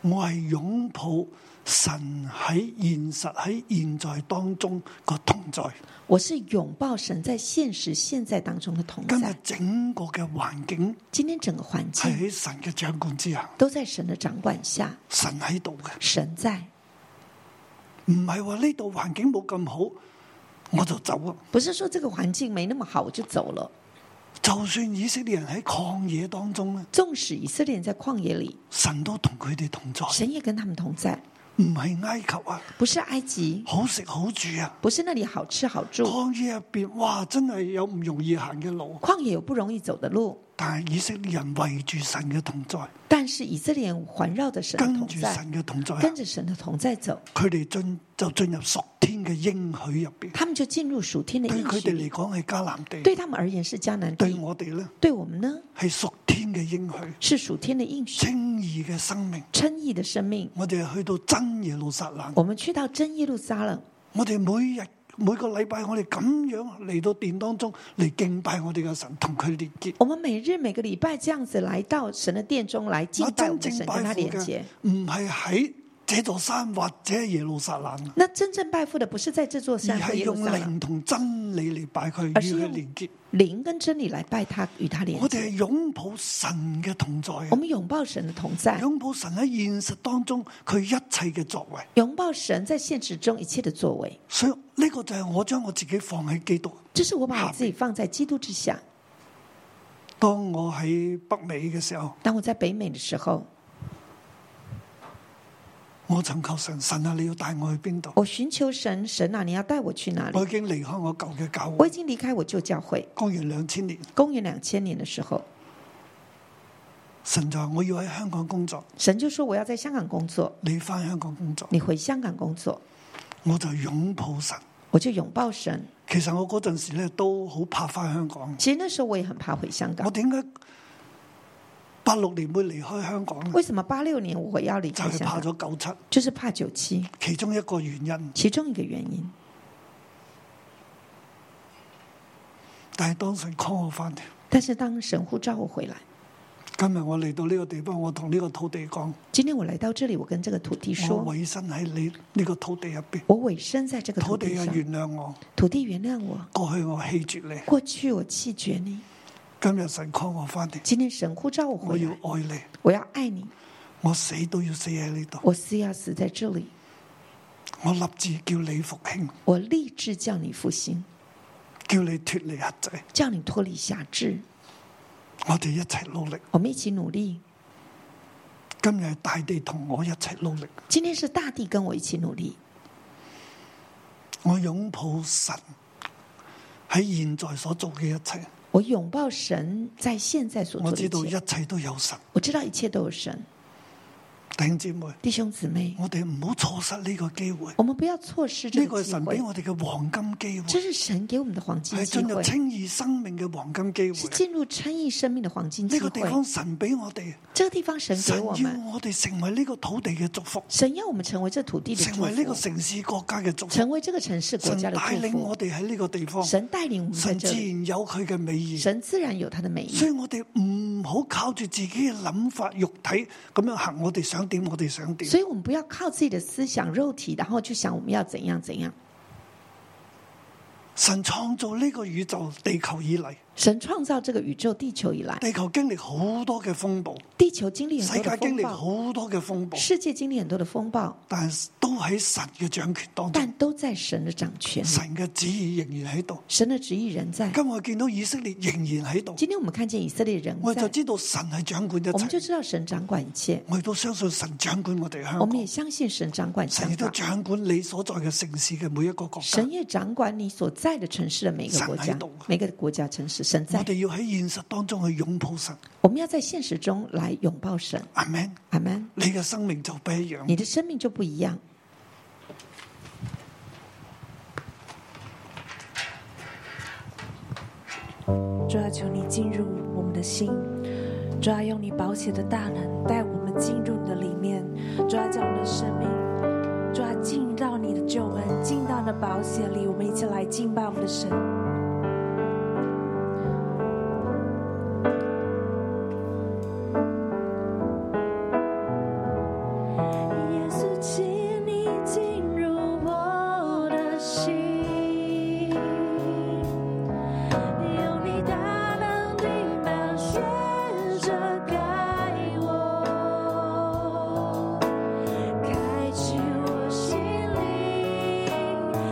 Speaker 2: 我係擁抱神喺現實喺現在當中個同在。
Speaker 3: 我是拥抱神在现实现在当中的同
Speaker 2: 今日
Speaker 3: 在。
Speaker 2: 整個嘅環境
Speaker 3: 今天整个环
Speaker 2: 係
Speaker 3: 境
Speaker 2: 喺神嘅掌管之下，
Speaker 3: 都在神的掌管下，
Speaker 2: 神喺度嘅，
Speaker 3: 神在，
Speaker 2: 唔係話呢度環境冇咁好，我就走啊！
Speaker 3: 不是说这个环境没那么好我就走了。
Speaker 2: 就算以色列人喺曠野當中咧，
Speaker 3: 纵使以色列人在旷野里，
Speaker 2: 神都同佢哋同在，
Speaker 3: 神也跟他们同在，
Speaker 2: 唔係埃及啊，
Speaker 3: 不是埃及，
Speaker 2: 好食好住啊！
Speaker 3: 不是那里好吃好住，
Speaker 2: 曠野入邊，哇，真係有唔容易行嘅路，
Speaker 3: 旷野有不容易走的路，
Speaker 2: 但係以色列人圍住神嘅同在，
Speaker 3: 但是以色列人环绕着神的
Speaker 2: 跟
Speaker 3: 同
Speaker 2: 住
Speaker 3: 在，
Speaker 2: 神嘅同在啊，
Speaker 3: 跟着神的同在走，
Speaker 2: 佢哋進就進入屬天嘅應許入邊。
Speaker 3: 他们就进入属天的
Speaker 2: 對
Speaker 3: 应
Speaker 2: 佢
Speaker 3: 许
Speaker 2: 哋
Speaker 3: 里
Speaker 2: 嚟。講係迦南地，
Speaker 3: 对他们而言是迦南
Speaker 2: 對
Speaker 3: 地，
Speaker 2: 我哋咧
Speaker 3: 对我们呢
Speaker 2: 係屬天嘅應許，
Speaker 3: 是属天的应许，
Speaker 2: 清義嘅生命。
Speaker 3: 称义的生命。
Speaker 2: 我哋去到真耶路撒冷，
Speaker 3: 我们去到真耶路撒冷，
Speaker 2: 我哋每日每個禮拜，我哋咁樣嚟到殿當中嚟敬拜我哋嘅神，同佢連結。
Speaker 3: 我们每日每个礼拜这样子来到神的殿中来敬
Speaker 2: 我
Speaker 3: 拜
Speaker 2: 真
Speaker 3: 我们的
Speaker 2: 正
Speaker 3: 神，
Speaker 2: 拜
Speaker 3: 跟他
Speaker 2: 父
Speaker 3: 连接
Speaker 2: 嘅。唔係喺這座山或者耶路撒冷，
Speaker 3: 那真正拜父的不是在这座
Speaker 2: 而
Speaker 3: 山和
Speaker 2: 係
Speaker 3: 耶路
Speaker 2: 用
Speaker 3: 撒冷，
Speaker 2: 靈同真理嚟拜佢，與
Speaker 3: 而是
Speaker 2: 佢
Speaker 3: 用
Speaker 2: 連結。
Speaker 3: 灵跟真理来拜他，与他连
Speaker 2: 我哋
Speaker 3: 接。
Speaker 2: 係擁抱神嘅同在
Speaker 3: 我
Speaker 2: 啊，
Speaker 3: 们拥抱神的同在，
Speaker 2: 擁抱神喺現實當中佢一切嘅作為。
Speaker 3: 拥抱神在现实中一切的作为。
Speaker 2: 所以呢個就係我將我自己放喺基督。
Speaker 3: 这是我把我自己放在基督之下。
Speaker 2: 當我喺北美嘅時候，
Speaker 3: 当我在北美的时候，
Speaker 2: 我尋求神，神啊，你要帶我去邊度？
Speaker 3: 我寻求神，神啊，你要带我去哪里
Speaker 2: 我？已經離開我舊嘅教
Speaker 3: 我
Speaker 2: 會
Speaker 3: 已，经离开我旧教会，
Speaker 2: 公元兩千年，
Speaker 3: 公元两千年的时候，
Speaker 2: 神就話我要喺香港工作，
Speaker 3: 神就说我要在香港工作，
Speaker 2: 你翻香港工作，
Speaker 3: 你回香港工作，
Speaker 2: 我就擁抱神。
Speaker 3: 我就拥抱神。
Speaker 2: 其實我嗰陣時咧都好怕翻香港，
Speaker 3: 其实那时候我也很怕回香
Speaker 2: 我
Speaker 3: 港。
Speaker 2: 點解八六年會離開香港
Speaker 3: 为
Speaker 2: 咧？
Speaker 3: 什么八六年我要离
Speaker 2: 就
Speaker 3: 开
Speaker 2: 係
Speaker 3: 香
Speaker 2: 怕
Speaker 3: 港？
Speaker 2: 咗九七，
Speaker 3: 就是怕九七，
Speaker 2: 其中一個原因。
Speaker 3: 其中一个原因。
Speaker 2: 但係當神 call 我翻嚟，
Speaker 3: 但是当神呼召我回来，
Speaker 2: 今日我嚟到呢個地方，我同呢個土地講。
Speaker 3: 今天我来到这里，我跟这个土地
Speaker 2: 我
Speaker 3: 说，
Speaker 2: 委身喺你呢個土地入邊，
Speaker 3: 哦我委身在这个
Speaker 2: 土
Speaker 3: 土
Speaker 2: 地
Speaker 3: 地
Speaker 2: 啊
Speaker 3: 上，
Speaker 2: 原諒我，
Speaker 3: 土地原谅我。
Speaker 2: 過去我棄絕你，
Speaker 3: 过去我弃绝你，
Speaker 2: 今日神 call 我翻嚟，
Speaker 3: 今天神呼召我
Speaker 2: 我
Speaker 3: 回
Speaker 2: 要
Speaker 3: 来，
Speaker 2: 愛你，
Speaker 3: 我要爱你，
Speaker 2: 我死都要死喺呢度，
Speaker 3: 我死要死在这里，
Speaker 2: 我立志叫你復興，
Speaker 3: 我立志叫你复兴，
Speaker 2: 叫你脱離壓制，
Speaker 3: 叫你脱离辖制。
Speaker 2: 我哋一齊努力。
Speaker 3: 我们一起努力。
Speaker 2: 今日係大地同我一齊努力，
Speaker 3: 今天是大地跟我一起努力，
Speaker 2: 我擁抱神喺現在所做嘅一切，
Speaker 3: 我拥抱神在现在所
Speaker 2: 我
Speaker 3: 做的
Speaker 2: 知
Speaker 3: 一
Speaker 2: 道
Speaker 3: 切。
Speaker 2: 一切都有神。
Speaker 3: 我知道一切都有神，
Speaker 2: 弟兄姊妹，
Speaker 3: 弟兄姊妹，
Speaker 2: 我哋唔好錯失呢個機會，
Speaker 3: 我们不要错失
Speaker 2: 呢
Speaker 3: 这
Speaker 2: 個
Speaker 3: 个
Speaker 2: 係
Speaker 3: 机
Speaker 2: 神俾
Speaker 3: 会。
Speaker 2: 我哋嘅黃金機會，
Speaker 3: 这是神给我们的黄金
Speaker 2: 係
Speaker 3: 机
Speaker 2: 進入
Speaker 3: 会，
Speaker 2: 清義生命嘅黃金機
Speaker 3: 是
Speaker 2: 會。
Speaker 3: 进入称义生命的黄金
Speaker 2: 呢
Speaker 3: 机
Speaker 2: 個
Speaker 3: 会。
Speaker 2: 地方神俾我哋，
Speaker 3: 这个地方神
Speaker 2: 神
Speaker 3: 给我
Speaker 2: 要
Speaker 3: 们，
Speaker 2: 我哋成為呢個土地嘅祝福，
Speaker 3: 神要我们成为这土地的祝
Speaker 2: 成為呢個
Speaker 3: 福，
Speaker 2: 城市國家嘅祝福。
Speaker 3: 成为这个城市国
Speaker 2: 神
Speaker 3: 家的
Speaker 2: 帶
Speaker 3: 祝
Speaker 2: 領
Speaker 3: 福
Speaker 2: 我。哋喺呢個地方，
Speaker 3: 神带领我们在
Speaker 2: 哦神
Speaker 3: 这
Speaker 2: 自
Speaker 3: 里，
Speaker 2: 然有佢嘅美意。
Speaker 3: 神自然有他的美意
Speaker 2: 所。以我哋唔好靠住自己嘅諗法、肉體咁樣行，我哋想點我哋想點。
Speaker 3: 所以我们不要靠自己的思想、肉体，然后就想我们要怎样怎样。
Speaker 2: 神創造呢個宇宙、地球以嚟，
Speaker 3: 神创造这个宇宙、地球以来，
Speaker 2: 地球經歷好多嘅風暴，
Speaker 3: 地球经历很
Speaker 2: 世
Speaker 3: 多
Speaker 2: 界
Speaker 3: 的
Speaker 2: 經
Speaker 3: 风
Speaker 2: 歷
Speaker 3: 暴，
Speaker 2: 好多嘅風暴，
Speaker 3: 世界经历很多的风暴，
Speaker 2: 但係都喺神嘅掌權當
Speaker 3: 但
Speaker 2: 中，
Speaker 3: 都在神的掌权里。
Speaker 2: 神嘅旨意仍然喺度。
Speaker 3: 神的旨意仍在。
Speaker 2: 今日我見到以色列仍然喺度。
Speaker 3: 今天我们看见以色列人
Speaker 2: 我就
Speaker 3: 在，
Speaker 2: 知道神係掌管一
Speaker 3: 我们就
Speaker 2: 切，
Speaker 3: 知道神掌管一切，
Speaker 2: 我亦都相信神掌管我哋香
Speaker 3: 我们也
Speaker 2: 港，
Speaker 3: 相信神掌管
Speaker 2: 神
Speaker 3: 香
Speaker 2: 亦都
Speaker 3: 港，
Speaker 2: 掌管你所在嘅城市嘅每一個國家
Speaker 3: 神。也掌管你所在的城市的每一个国
Speaker 2: 神
Speaker 3: 家
Speaker 2: 喺度啊，
Speaker 3: 每个国家城市。神
Speaker 2: 我
Speaker 3: 在，
Speaker 2: 哋要喺現實當中去擁抱神，
Speaker 3: 我们要在现实中来拥抱神。
Speaker 2: 阿 Man，
Speaker 3: 阿门。
Speaker 2: 你嘅生命就不一樣。
Speaker 3: 你的生命就不一样。
Speaker 4: 主啊，求你进入我们的心，主啊，用你宝血的大能带我们进入你的里面，主啊，叫我们的生命，主啊，进到你的救恩，进到你的宝血里，我们一起来敬拜我们的神。耶稣，请你进入我的心。有你大能的满血遮盖我，开启我心灵，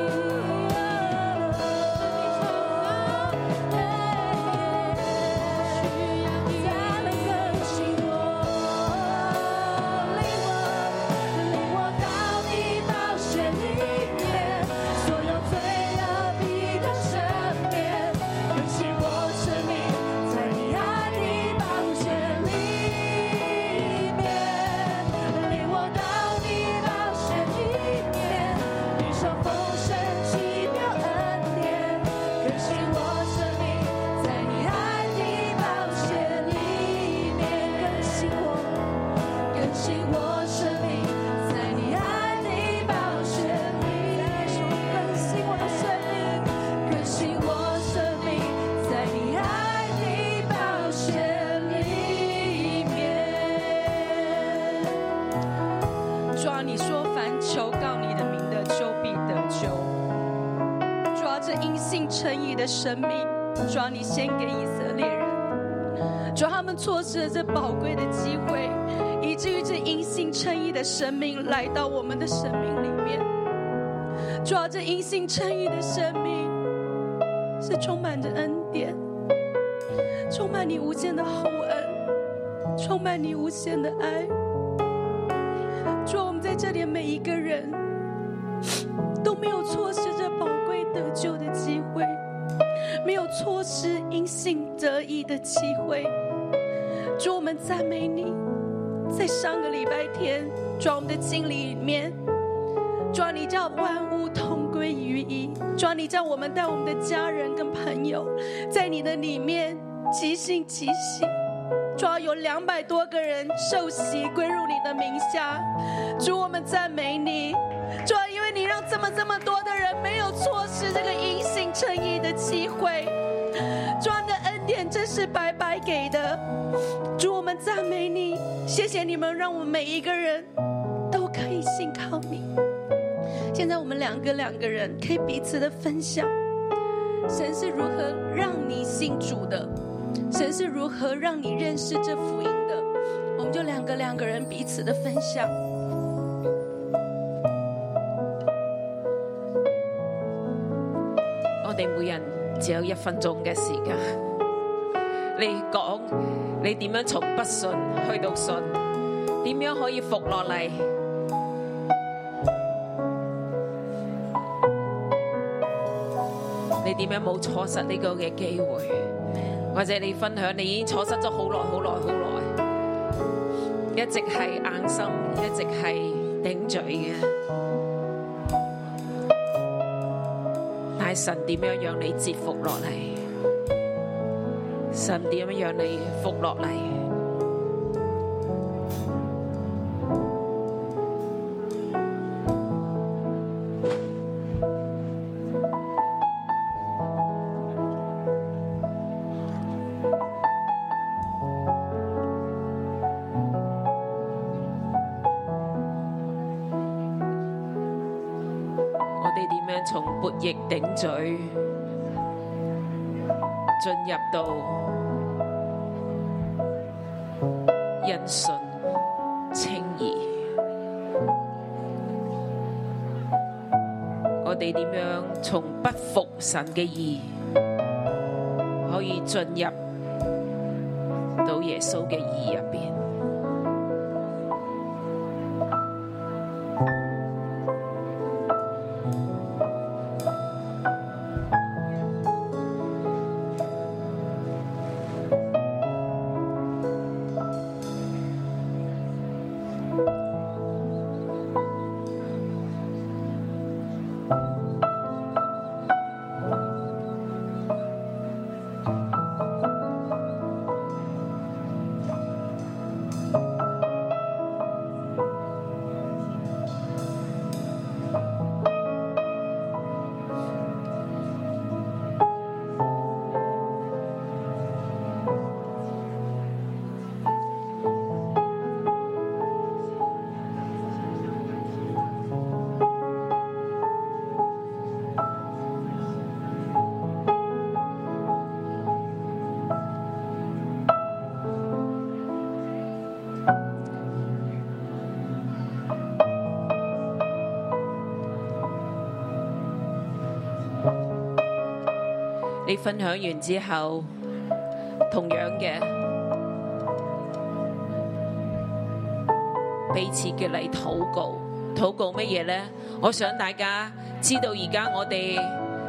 Speaker 5: 哦啊啊这因信称义的生命，主啊，你献给以色列人，主啊，他们错失了这宝贵的机会，以至于这因信称义的生命来到我们的生命里面。主啊，这因信称义的生命是充满着恩典，充满你无限的厚恩，充满你无限的爱。主啊，我们在这里的每一个人。都没有错失这宝贵得救的机会，没有错失因信得义的机会。主，我们赞美你。在上个礼拜天，主啊，我们的经里面，主啊，你叫万物同归于一。主啊，你叫我们带我们的家人跟朋友，在你的里面即兴即喜。主啊，有两百多个人受洗归入你的名下。主，我们赞美你。主啊，因为你让这么这么多的人没有错失这个因信称义的机会，主啊，你的恩典真是白白给的。主，我们赞美你，谢谢你们，让我们每一个人都可以信靠你。现在我们两个两个人可以彼此的分享，神是如何让你信主的，神是如何让你认识这福音的，我们就两个两个人彼此的分享。
Speaker 6: 我哋每人只有一分鐘嘅時間。你講你點樣從不信去到信，點樣可以服落嚟？你點樣冇錯失呢個嘅機會？或者你分享你已經錯失咗好耐、好耐、好耐，一直係硬心，一直係頂嘴嘅。但系神點樣讓你折服落嚟？神點樣讓你服落嚟？我哋點樣從悖逆頂嘴進入到因信稱義？我哋點樣從不服神嘅義，可以進入到耶穌嘅義入邊？你分享完之後，同樣嘅彼此嘅嚟禱告，禱告乜嘢呢？我想大家知道而家我哋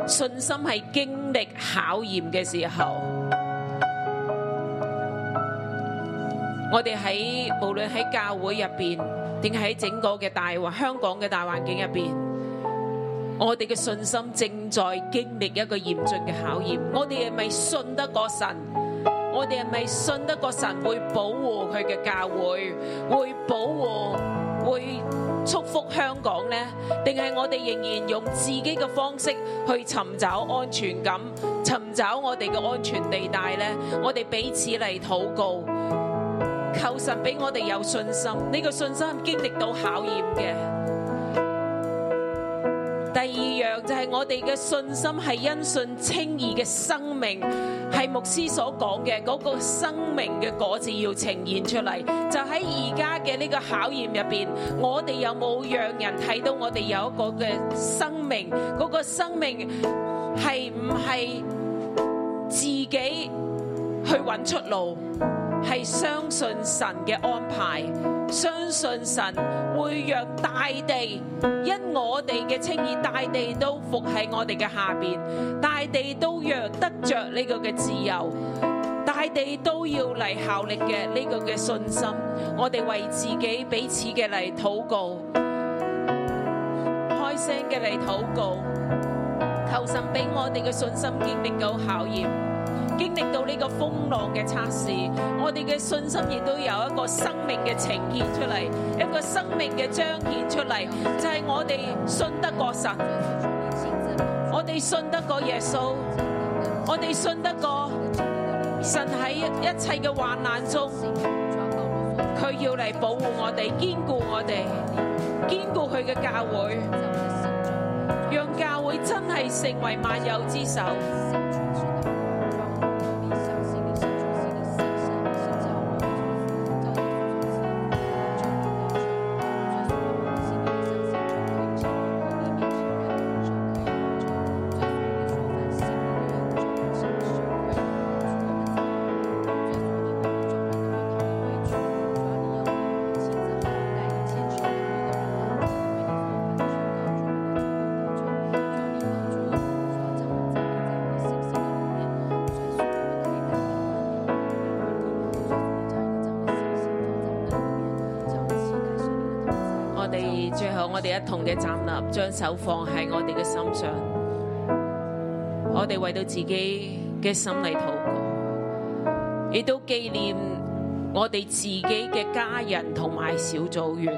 Speaker 6: 信心係經歷考驗嘅時候，我哋喺無論喺教會入邊，定喺整個嘅大環香港嘅大環境入邊。我哋嘅信心正在經歷一個嚴峻嘅考驗。我哋係咪信得過神？我哋係咪信得過神會保護佢嘅教會，會保護，會祝福香港呢？定係我哋仍然用自己嘅方式去尋找安全感，尋找我哋嘅安全地帶呢？我哋彼此嚟禱告，求神俾我哋有信心。呢、個信心係經歷到考驗嘅。弟第二樣就係我哋嘅信心係因信稱義嘅生命，係牧師所講嘅嗰個生命嘅果子要呈現出嚟。就喺而家嘅呢個考驗入邊，我哋有冇讓人睇到我哋有一個嘅生命？嗰、個生命係唔係自己去揾出路？係相信神嘅安排，相信神會讓大地因我哋嘅稱義，大地都伏喺我哋嘅下邊，大地都讓得着呢個嘅自由，大地都要嚟效力嘅呢個嘅信心。我哋為自己彼此嘅嚟禱告，開聲嘅嚟禱告，求神俾我哋嘅信心經歷到考驗。經歷到呢個風浪嘅測試，我哋嘅信心亦都有一個生命嘅呈現出嚟，一個生命嘅彰顯出嚟，就係、我哋信得過神，我哋信得過耶穌，我哋信得過神喺一切嘅患難中，佢要嚟保護我哋，堅固我哋，堅固佢嘅教會，讓教會真係成為萬有之首。我哋最後，我哋一同嘅站立，將手放喺我哋嘅心上。我哋為到自己嘅心嚟禱告，亦都紀念我哋自己嘅家人同埋小組員。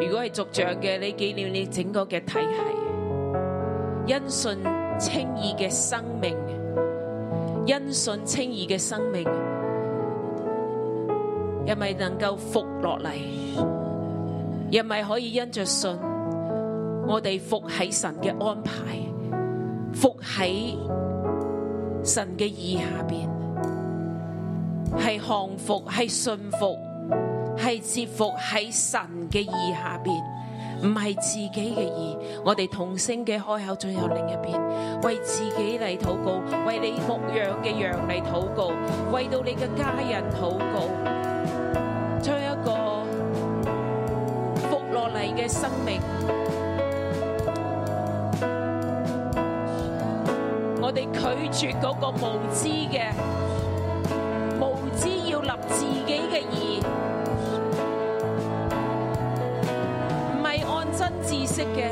Speaker 6: 如果係族長嘅，你紀念你整個嘅體系，因信稱義嘅生命，因信稱義嘅生命，係咪能夠復落嚟？亦咪可以因着信，我哋服喺神嘅安排，服喺神嘅意下邊，係降服，係信服，係折服喺神嘅意下邊，唔係自己嘅意。我哋同聲嘅開口進入另一邊，為自己嚟禱告，為你牧羊嘅羊嚟禱告，為到你嘅家人禱告，將一個。服落嚟嘅生命。我哋拒絕嗰個無知嘅，無知要立自己嘅義，唔係按真知識嘅，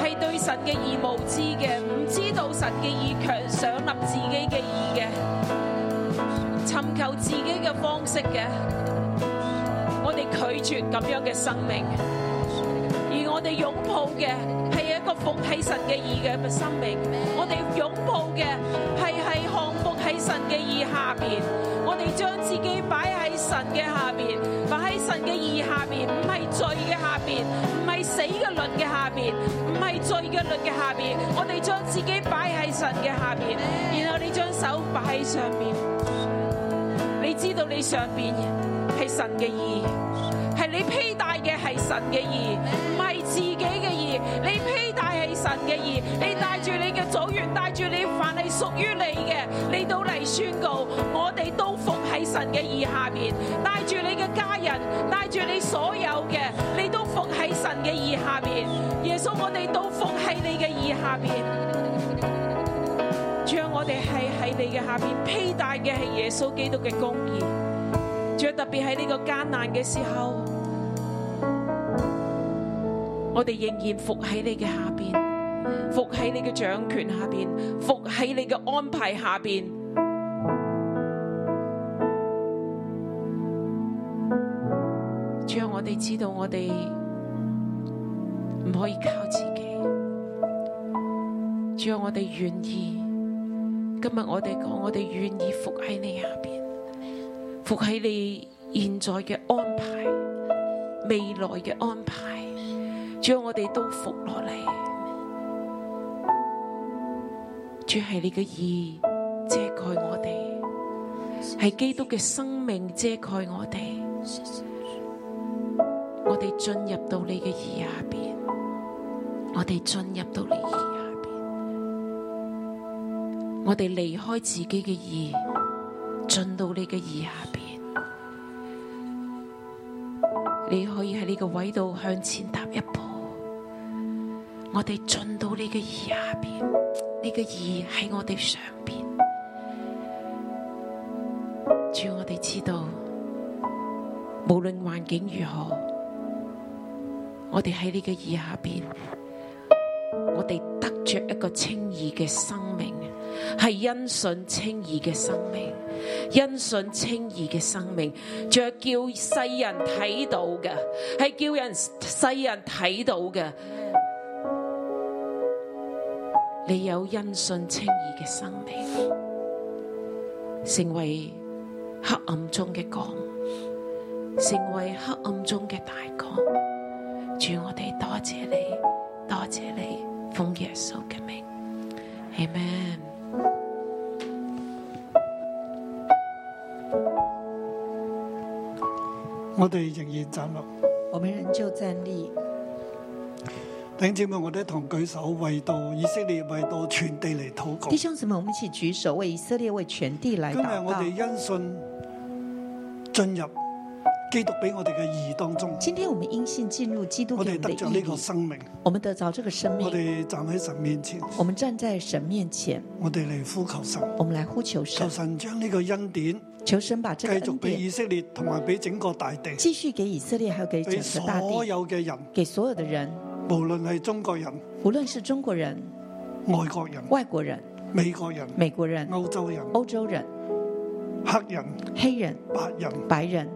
Speaker 6: 係對神嘅義無知嘅，唔知道神嘅義，強想立自己嘅義嘅，尋求自己嘅方式嘅。我哋拒絕咁樣嘅生命，而我哋擁抱嘅係一個服喺神嘅義嘅生命，我哋擁抱嘅係係降服喺神嘅義下邊，我哋將自己擺喺神嘅下邊，擺喺神嘅義下邊，唔係罪嘅下邊，唔係死嘅律嘅下邊，唔係罪嘅律嘅下邊，我哋將自己擺喺神嘅下邊，然後你將手擺喺上面。你知道你上邊係神嘅義，係你披戴嘅係神嘅義，唔係自己嘅義。你披戴係神嘅義，你帶住你嘅組員，帶住你凡係屬於你嘅，你都嚟宣告，我哋都服喺神嘅義下面。帶住你嘅家人，帶住你所有嘅，你都服喺神嘅義下面。耶穌，我哋都服喺你嘅義下面。將啊我哋係喺你嘅下邊披戴嘅係耶穌基督嘅公義。仲有特別喺呢個艱難嘅時候，我哋仍然伏喺你嘅下邊，伏喺你嘅掌權下邊，伏喺你嘅安排下邊。主啊，我哋知道我哋唔可以靠自己，主啊，我哋願意。今日我哋講，我哋願意服喺你下邊，服喺你現在嘅安排、未來嘅安排。主主啊，我哋都服落嚟。主啊系你嘅意遮盖我哋，系基督嘅生命遮盖我哋。我哋进入到你嘅意下边，我哋进入到你意下边，我哋离开自己嘅意，进到你嘅意下边。你可以喺呢个位度向前踏一步，我哋进到你嘅意下边，你嘅意喺我哋上边。主，我哋知道，无论环境如何，我哋喺你嘅意下边，我哋得着一个清义嘅生命，系因信清义嘅生命。因信稱義嘅生命，仲係叫世人睇到嘅，係叫人世人睇到嘅。你有因信稱義嘅生命，成為黑暗中嘅光，成為黑暗中嘅大光。主，我哋多謝你，多謝你，奉耶穌嘅名，Amen。
Speaker 2: 我哋仍然站立。
Speaker 3: 我们仍旧站立，
Speaker 2: 弟兄姊妹，我哋一同舉手為到以色列，為到全地嚟禱告。
Speaker 3: 弟
Speaker 2: 今
Speaker 3: 兄姊妹，我们一起举手为以色列为全地来
Speaker 2: 日
Speaker 3: 祷
Speaker 2: 我
Speaker 3: 告
Speaker 2: 哋。因信進入基督俾我哋嘅義當中，
Speaker 3: 今天我们因信进入基督
Speaker 2: 我
Speaker 3: 给
Speaker 2: 哋得
Speaker 3: 我们的
Speaker 2: 着
Speaker 3: 意
Speaker 2: 呢
Speaker 3: 义
Speaker 2: 個，生命，
Speaker 3: 我们得着这个生
Speaker 2: 我
Speaker 3: 命。
Speaker 2: 哋站喺神面前，
Speaker 3: 我们站在神面前，
Speaker 2: 我哋嚟呼求神，
Speaker 3: 我们来呼求
Speaker 2: 求，
Speaker 3: 神
Speaker 2: 神將呢個恩典
Speaker 3: 求神把
Speaker 2: 繼
Speaker 3: 这个
Speaker 2: 續
Speaker 3: 恩
Speaker 2: 俾
Speaker 3: 典
Speaker 2: 以色列同埋俾整個大地，
Speaker 3: 继续给以色列，还有给整
Speaker 2: 俾
Speaker 3: 个大
Speaker 2: 所
Speaker 3: 地，
Speaker 2: 有嘅人，
Speaker 3: 给所有的人，
Speaker 2: 無論係中國人、
Speaker 3: 无论是中国人、
Speaker 2: 外國人、
Speaker 3: 外国人、
Speaker 2: 美國人、
Speaker 3: 美国人、
Speaker 2: 歐洲人、
Speaker 3: 欧洲人、
Speaker 2: 黑人、
Speaker 3: 黑人、
Speaker 2: 白人、
Speaker 3: 白人，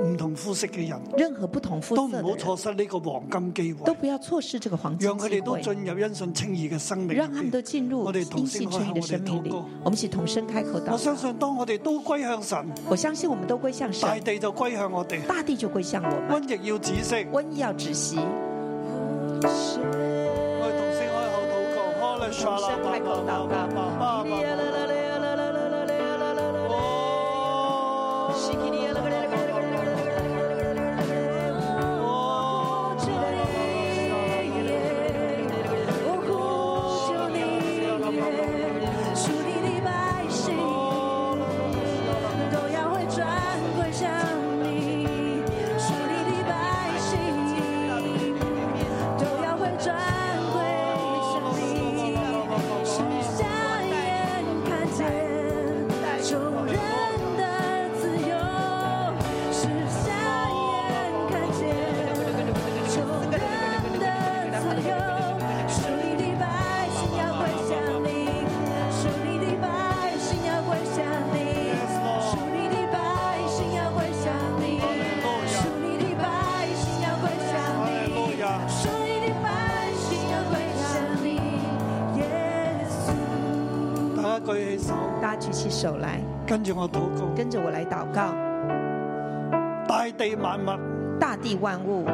Speaker 2: 唔同膚色嘅人，
Speaker 3: 任何不同肤
Speaker 2: 都唔
Speaker 3: 色
Speaker 2: 好
Speaker 3: 的人
Speaker 2: 錯失呢個黃金機會
Speaker 3: 都。不要错失这个黄金
Speaker 2: 让佢
Speaker 3: 机
Speaker 2: 哋都
Speaker 3: 会，
Speaker 2: 进入因信清义嘅生命
Speaker 3: 让他
Speaker 2: 入
Speaker 3: 们都
Speaker 2: 边。
Speaker 3: 进入
Speaker 2: 我哋同
Speaker 3: 因
Speaker 2: 声
Speaker 3: 信
Speaker 2: 开
Speaker 3: 称
Speaker 2: 口
Speaker 3: 义的
Speaker 2: 我哋
Speaker 3: 生命
Speaker 2: 祷
Speaker 3: 里。
Speaker 2: 告
Speaker 3: 我们一起同声开口
Speaker 2: 我
Speaker 3: 祷
Speaker 2: 相
Speaker 3: 告。
Speaker 2: 信當我哋都歸向神，
Speaker 3: 我相信我们都归向
Speaker 2: 大
Speaker 3: 神，
Speaker 2: 地就歸向我哋，
Speaker 3: 大地就归向我们。
Speaker 2: 瘟疫要止息。
Speaker 3: 瘟疫要止息，
Speaker 2: 我哋同聲開口禱告，哈利沙拉巴巴巴巴巴巴
Speaker 5: 转归向你，是瞎眼看见穷人的自由，是瞎眼看见穷人的自由。属你的百姓要归向你，属你的百姓要归向你，属你的百姓要归向你，属你的百姓要归向你。属你的百姓要归向你，耶稣。
Speaker 2: 大家舉起手，
Speaker 3: 大家举起手来，
Speaker 2: 跟住我禱告。
Speaker 3: 跟着我来祷告。
Speaker 2: 大地萬物，
Speaker 3: 大地万物，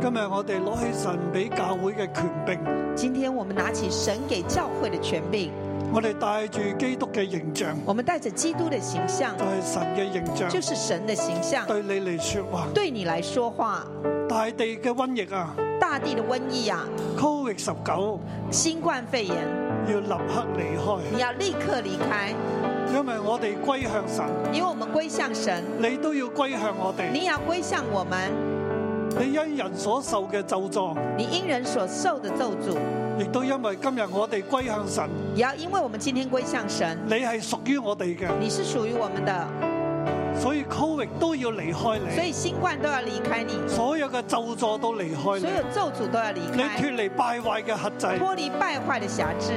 Speaker 2: 今日我哋攞起神俾教會嘅權柄，
Speaker 3: 今天我们拿起神给教会的权柄，
Speaker 2: 我哋帶住基督嘅形象，
Speaker 3: 我们带着基督的形象
Speaker 2: 就，係神嘅形
Speaker 3: 就
Speaker 2: 象，
Speaker 3: 是神的形象，
Speaker 2: 對你嚟说話。
Speaker 3: 对你来说话。
Speaker 2: 大地嘅瘟疫啊
Speaker 3: 大地的瘟疫啊，
Speaker 2: ，Covid 十九
Speaker 3: 新冠肺炎，
Speaker 2: 要立刻離開。
Speaker 3: 你要立刻离开，
Speaker 2: 因为我哋归向神，
Speaker 3: 因为我们归向神，
Speaker 2: 你都要归向我哋。
Speaker 3: 你也要归向我们。
Speaker 2: 你因人所受嘅咒助，
Speaker 3: 你因人所受的咒诅，
Speaker 2: 亦都因为今日我哋归向神，
Speaker 3: 也要因为我们今天归向神，
Speaker 2: 你系属于我哋嘅，
Speaker 3: 你是属于我们的，
Speaker 2: 所以 Covid 都要离开
Speaker 3: 所
Speaker 2: 你，
Speaker 3: 以新冠都要离开你，
Speaker 2: 所有嘅咒助都离开
Speaker 3: 所有
Speaker 2: 你，
Speaker 3: 咒诅都要离
Speaker 2: 你
Speaker 3: 开
Speaker 2: 脱，离败坏嘅轄制，
Speaker 3: 脱离败坏的辖制，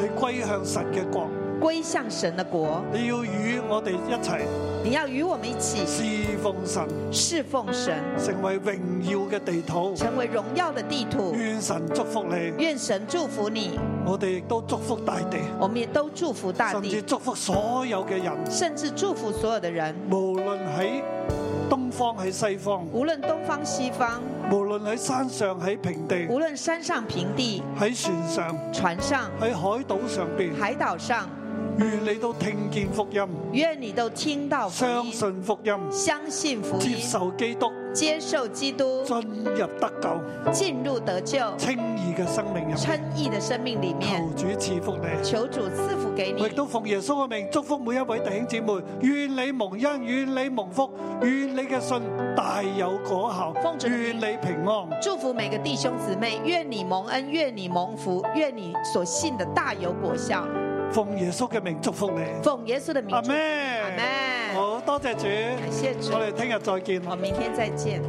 Speaker 2: 你归向神嘅国，
Speaker 3: 归向神的国。
Speaker 2: 你要与我哋一齐
Speaker 3: 你要与我们一起
Speaker 2: 侍奉神，
Speaker 3: 侍奉神，
Speaker 2: 成为荣耀嘅地土。
Speaker 3: 成为荣耀的地土。
Speaker 2: 愿神祝福你，
Speaker 3: 愿神祝福你，
Speaker 2: 我哋亦都祝福大地，
Speaker 3: 我们也都祝福大
Speaker 2: 甚至
Speaker 3: 地，
Speaker 2: 祝福所有嘅人。
Speaker 3: 甚至祝福所有的人，
Speaker 2: 无论喺東方喺西方，
Speaker 3: 无论东方西方，
Speaker 2: 無論喺山上、喺平地、
Speaker 3: 无论山上、平地、
Speaker 2: 喺船上、
Speaker 3: 船上、
Speaker 2: 喺海島上邊，
Speaker 3: 海岛上，
Speaker 2: 願你都聽見福音，
Speaker 3: 愿你都听到福
Speaker 2: 相
Speaker 3: 音，
Speaker 2: 信福音，
Speaker 3: 相信福
Speaker 2: 接
Speaker 3: 音，
Speaker 2: 受基督，
Speaker 3: 接受基督，
Speaker 2: 進入得救、
Speaker 3: 进入得救，
Speaker 2: 清義嘅生命入面。
Speaker 3: 称义的生命里面
Speaker 2: 求。主賜福你。
Speaker 3: 求主赐福给你
Speaker 2: 我。亦都奉耶穌嘅名祝福每一位弟兄姊妹，願你蒙恩，願你蒙福，願你嘅信大有果效
Speaker 3: 奉，主嘅
Speaker 2: 願
Speaker 3: 名
Speaker 2: 你平安。
Speaker 3: 祝福每个弟兄姊妹，愿你蒙恩，愿你蒙福，愿你所信的大有果效。
Speaker 2: 奉耶穌嘅名祝福你。
Speaker 3: 奉耶稣的名祝
Speaker 2: 阿
Speaker 3: 福你，
Speaker 2: 咩？
Speaker 3: 阿门。
Speaker 2: 好多謝主，
Speaker 3: 感谢主
Speaker 2: 我，哋聽日再見
Speaker 3: 我。们明天再见。